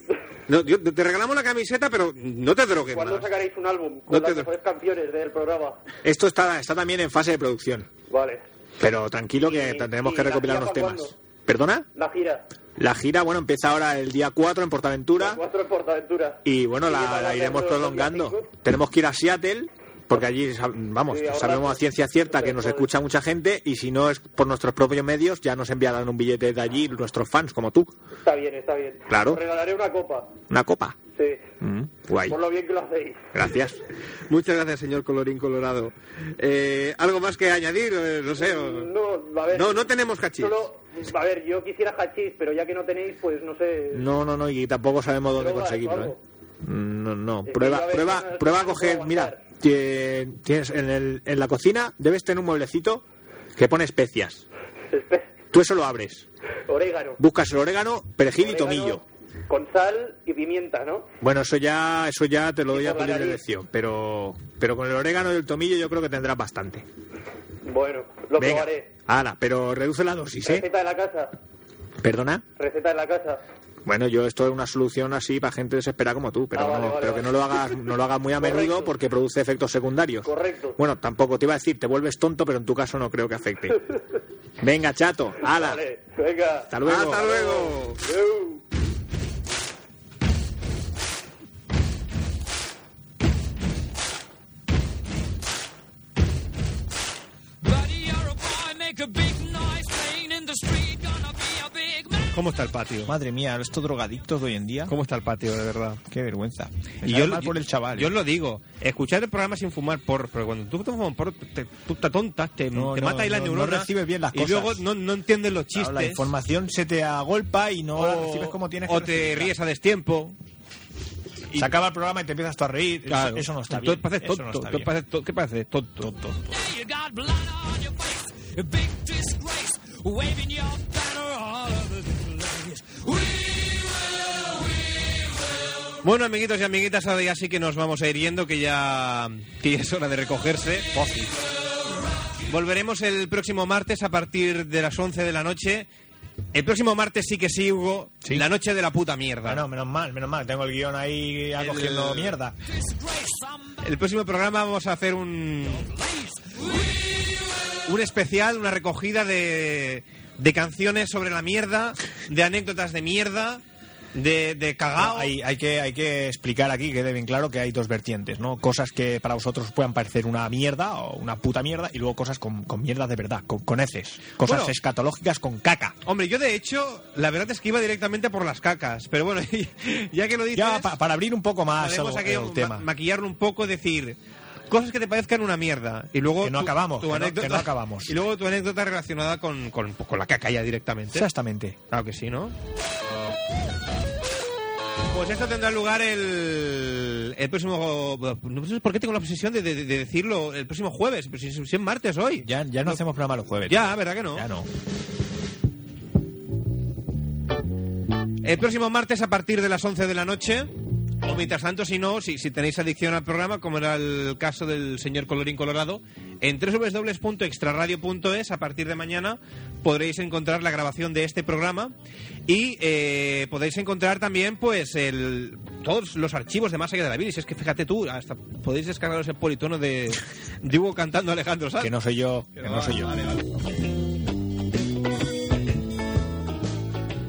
A: No, yo- te regalamos la camiseta, pero no te drogues
M: ¿Cuándo
A: más.
M: sacaréis un álbum
A: No
M: con
A: te
M: las
A: do-
M: mejores canciones del programa?
B: Esto está, está también en fase de producción,
M: Vale.
B: pero tranquilo que
M: Y-
B: tenemos
M: y
B: que
M: la
B: recopilar
M: gira
B: unos
M: pa'
B: temas.
M: cuándo?
B: ¿Perdona?
M: La gira.
B: La gira, bueno, empieza ahora el día 4 en Portaventura
M: Cuatro en Portaventura.
B: y bueno,
M: Y
B: la,
M: lleva
B: la iremos
M: hablando los días
B: prolongando. Tenemos que ir a Seattle. Porque allí, sab- vamos,
M: Sí, ahora-
B: sabemos a ciencia cierta que nos escucha mucha gente y si no es por nuestros propios medios, ya nos enviarán un billete de allí nuestros fans, como tú.
M: cinco. Está bien, está bien.
B: Claro.
M: Os regalaré una copa.
B: Una copa.
M: Sí.
B: Mm, guay.
M: Por lo bien que lo hacéis.
B: Gracias.
A: Muchas gracias, señor Colorín Colorado. Eh, ¿Algo más que añadir? Eh, No sé. o-
M: No, a ver.
A: No, no tenemos cachis.
M: Solo, a ver, yo quisiera hachís, pero ya que no tenéis, pues no sé.
B: No, no, no, y tampoco sabemos dónde
M: Drogas o
B: conseguirlo, ¿eh?
M: algo.
B: No, no,
M: que
B: prueba,
M: iba a haber
B: prueba,
M: zonas
B: prueba a
M: que Eh, no
B: coger,
M: puedo
B: mira, que tienes en, el- en la cocina debes tener un mueblecito que pone especias. Tú eso lo abres,
M: Orégano.
B: buscas el orégano, perejil y
M: Orégano
B: tomillo.
M: Con sal y pimienta, ¿no?
B: Bueno, eso ya, eso ya te lo doy a tu
M: por la
B: libre
M: nariz.
B: elección, pero, pero con el orégano y el tomillo yo creo que tendrás bastante.
M: Bueno, lo
B: Venga,
M: probaré.
B: ala, pero reduce la dosis, ¿eh?
M: Receta de la casa.
B: Perdona.
M: Receta de la casa.
B: Bueno, yo esto es una solución así para gente desesperada como tú, pero,
M: Ah, vale,
B: no-
M: vale,
B: pero que
M: vale.
B: no lo hagas, no lo hagas muy a menudo porque produce efectos secundarios.
M: Correcto.
B: Bueno, tampoco te iba a decir, te vuelves tonto, pero en tu caso no creo que afecte. Venga, chato, ala.
M: Vale, venga.
B: Hasta luego.
A: Hasta luego.
M: Eu.
C: ¿Cómo está el patio?
P: Madre mía, estos drogadictos de hoy en día.
C: ¿Cómo está el patio, de verdad?
P: Qué vergüenza.
C: Y
P: Y
C: yo
P: yo
C: lo-
P: mal por el chaval.
C: Yo
P: ¿eh?
C: os lo digo, escuchar el programa sin fumar porro, pero cuando tú tomas un porro, te, tú te atontas, te,
P: No,
C: te
P: no,
C: mata ahí la
P: no, no
C: neurona.
P: recibes bien las
C: Y
P: cosas.
C: luego no, no entiendes los
P: Claro,
C: chistes.
P: la información se te agolpa y no la recibes como tienes que
C: o te
P: recibirla.
C: ríes a destiempo. y-
P: Se acaba el programa y te empiezas tú a reír. Eso-
C: Claro.
P: Eso, no está
C: Entonces
P: bien.
C: pareces
P: Eso
C: tonto,
P: no está
C: tú
P: bien.
C: pareces to- ¿Qué pareces? Tonto. Bueno, amiguitos y amiguitas, ahora ya sí que nos vamos a ir yendo, que ya, que ya es hora de recogerse. Volveremos el próximo martes a partir de las 11 de la noche. El próximo martes sí que sí, Hugo. La noche de la puta mierda.
P: Ah, no, menos mal, menos mal. Tengo el guión ahí ya
C: El-
P: cogiendo mierda.
C: El próximo programa vamos a hacer un. Un especial, una recogida de, de canciones sobre la mierda, de anécdotas de mierda, de, de cagao.
P: Hay, hay que, hay que explicar aquí, que quede bien claro, que hay dos vertientes, ¿no? Cosas que para vosotros puedan parecer una mierda o una puta mierda y luego cosas con, con mierda de verdad, con, con heces. Cosas
C: Bueno.
P: escatológicas con caca.
C: Hombre, yo de hecho, la verdad es que iba directamente por las cacas, pero bueno, ya que lo dices.
P: Ya, pa- para abrir un poco más
C: podemos
P: el,
C: aquí
P: el
C: ma-
P: tema.
C: maquillarlo un poco, decir cosas que te parezcan una mierda y luego
P: Que no
C: tu-
P: acabamos,
C: tu
P: que no- que
C: anécdota-
P: no acabamos.
C: y luego tu anécdota relacionada con, con, pues, con la caca ya directamente.
P: Exactamente.
C: Claro que sí, ¿no? Pues esto tendrá lugar el, el próximo. pues, No sé por qué tengo la obsesión de, de- de decirlo el próximo jueves, pero si, si es martes hoy.
P: Ya, ya no, hacemos programa los jueves.
C: Ya, ¿verdad que no?
P: Ya no.
C: El próximo martes a partir de las 11 de la noche O mientras tanto, si no, si, si tenéis adicción al programa, como era el caso del señor Colorín Colorado, en www.extraradio.es, a partir de mañana, podréis encontrar la grabación de este programa y eh, podéis encontrar también pues el, todos los archivos de Más allá de la Bilis. Es que fíjate tú, hasta podéis descargaros el politono de, de Hugo cantando a Alejandro Sanz.
B: Que no soy yo, que no soy yo.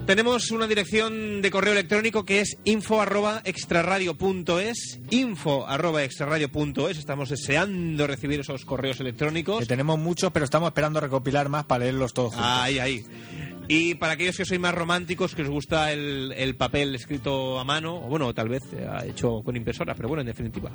C: Tenemos una dirección de correo electrónico que es info arroba extraradio.es, info arroba extraradio.es. Estamos deseando recibir esos correos electrónicos.
B: Que tenemos muchos, pero estamos esperando recopilar más para leerlos todos. juntos.
C: Ahí, ahí. Y para aquellos que sois más románticos, que os gusta el, el papel escrito a mano, o bueno, tal vez eh, hecho con impresora, pero bueno, en definitiva,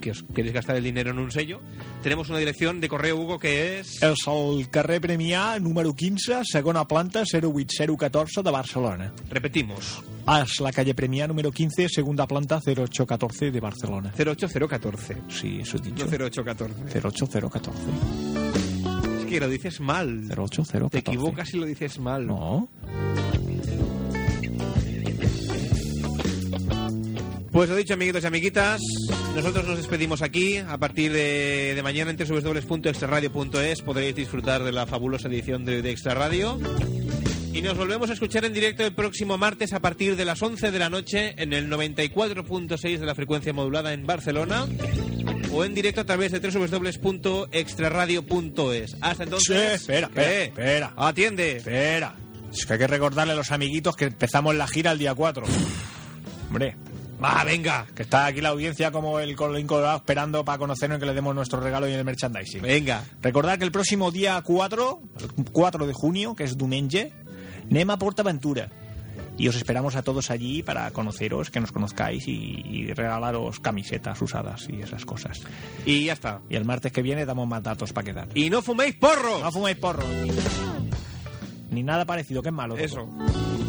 C: que os queréis gastar el dinero en un sello, tenemos una dirección de correo Hugo que es...
B: És el carrer Premià, número 15, segona planta, 08014 de Barcelona.
C: Repetimos,
B: Es la calle Premià, número 15, segunda planta, 0814 de Barcelona.
C: 08014.
B: Sí, eso he dicho.
C: no 0814.
B: 08014.
C: Es que lo dices mal.
B: 08014.
C: Te equivocas si lo dices mal.
B: No.
C: Pues lo dicho, amiguitos y amiguitas, nosotros nos despedimos aquí. A partir de, de mañana en www.extraradio.es podréis disfrutar de la fabulosa edición de, de Extra Radio. Y nos volvemos a escuchar en directo el próximo martes a partir de las 11 de la noche en el 94.6 de la frecuencia modulada en Barcelona o en directo a través de www.extraradio.es. Hasta entonces.
B: Sí, espera, espera,
C: ¿Qué?
B: espera.
C: Atiende.
B: Espera. Es que hay que recordarle a los amiguitos que empezamos la gira el día 4. Hombre.
C: Va, venga.
B: Que está aquí la audiencia como el Colín Colorado esperando para conocernos y que le demos nuestro regalo y el merchandising.
C: Venga.
B: Recordad que el próximo día 4, el 4 de junio, que es Dumenge, Nema PortAventura. Y os esperamos a todos allí para conoceros, que nos conozcáis y, y regalaros camisetas usadas y esas cosas.
C: Y ya está.
B: Y el martes que viene damos más datos para quedar.
C: Y no fuméis porro.
B: No fuméis porro. Ni nada parecido, que es malo.
C: Eso.
B: Coco.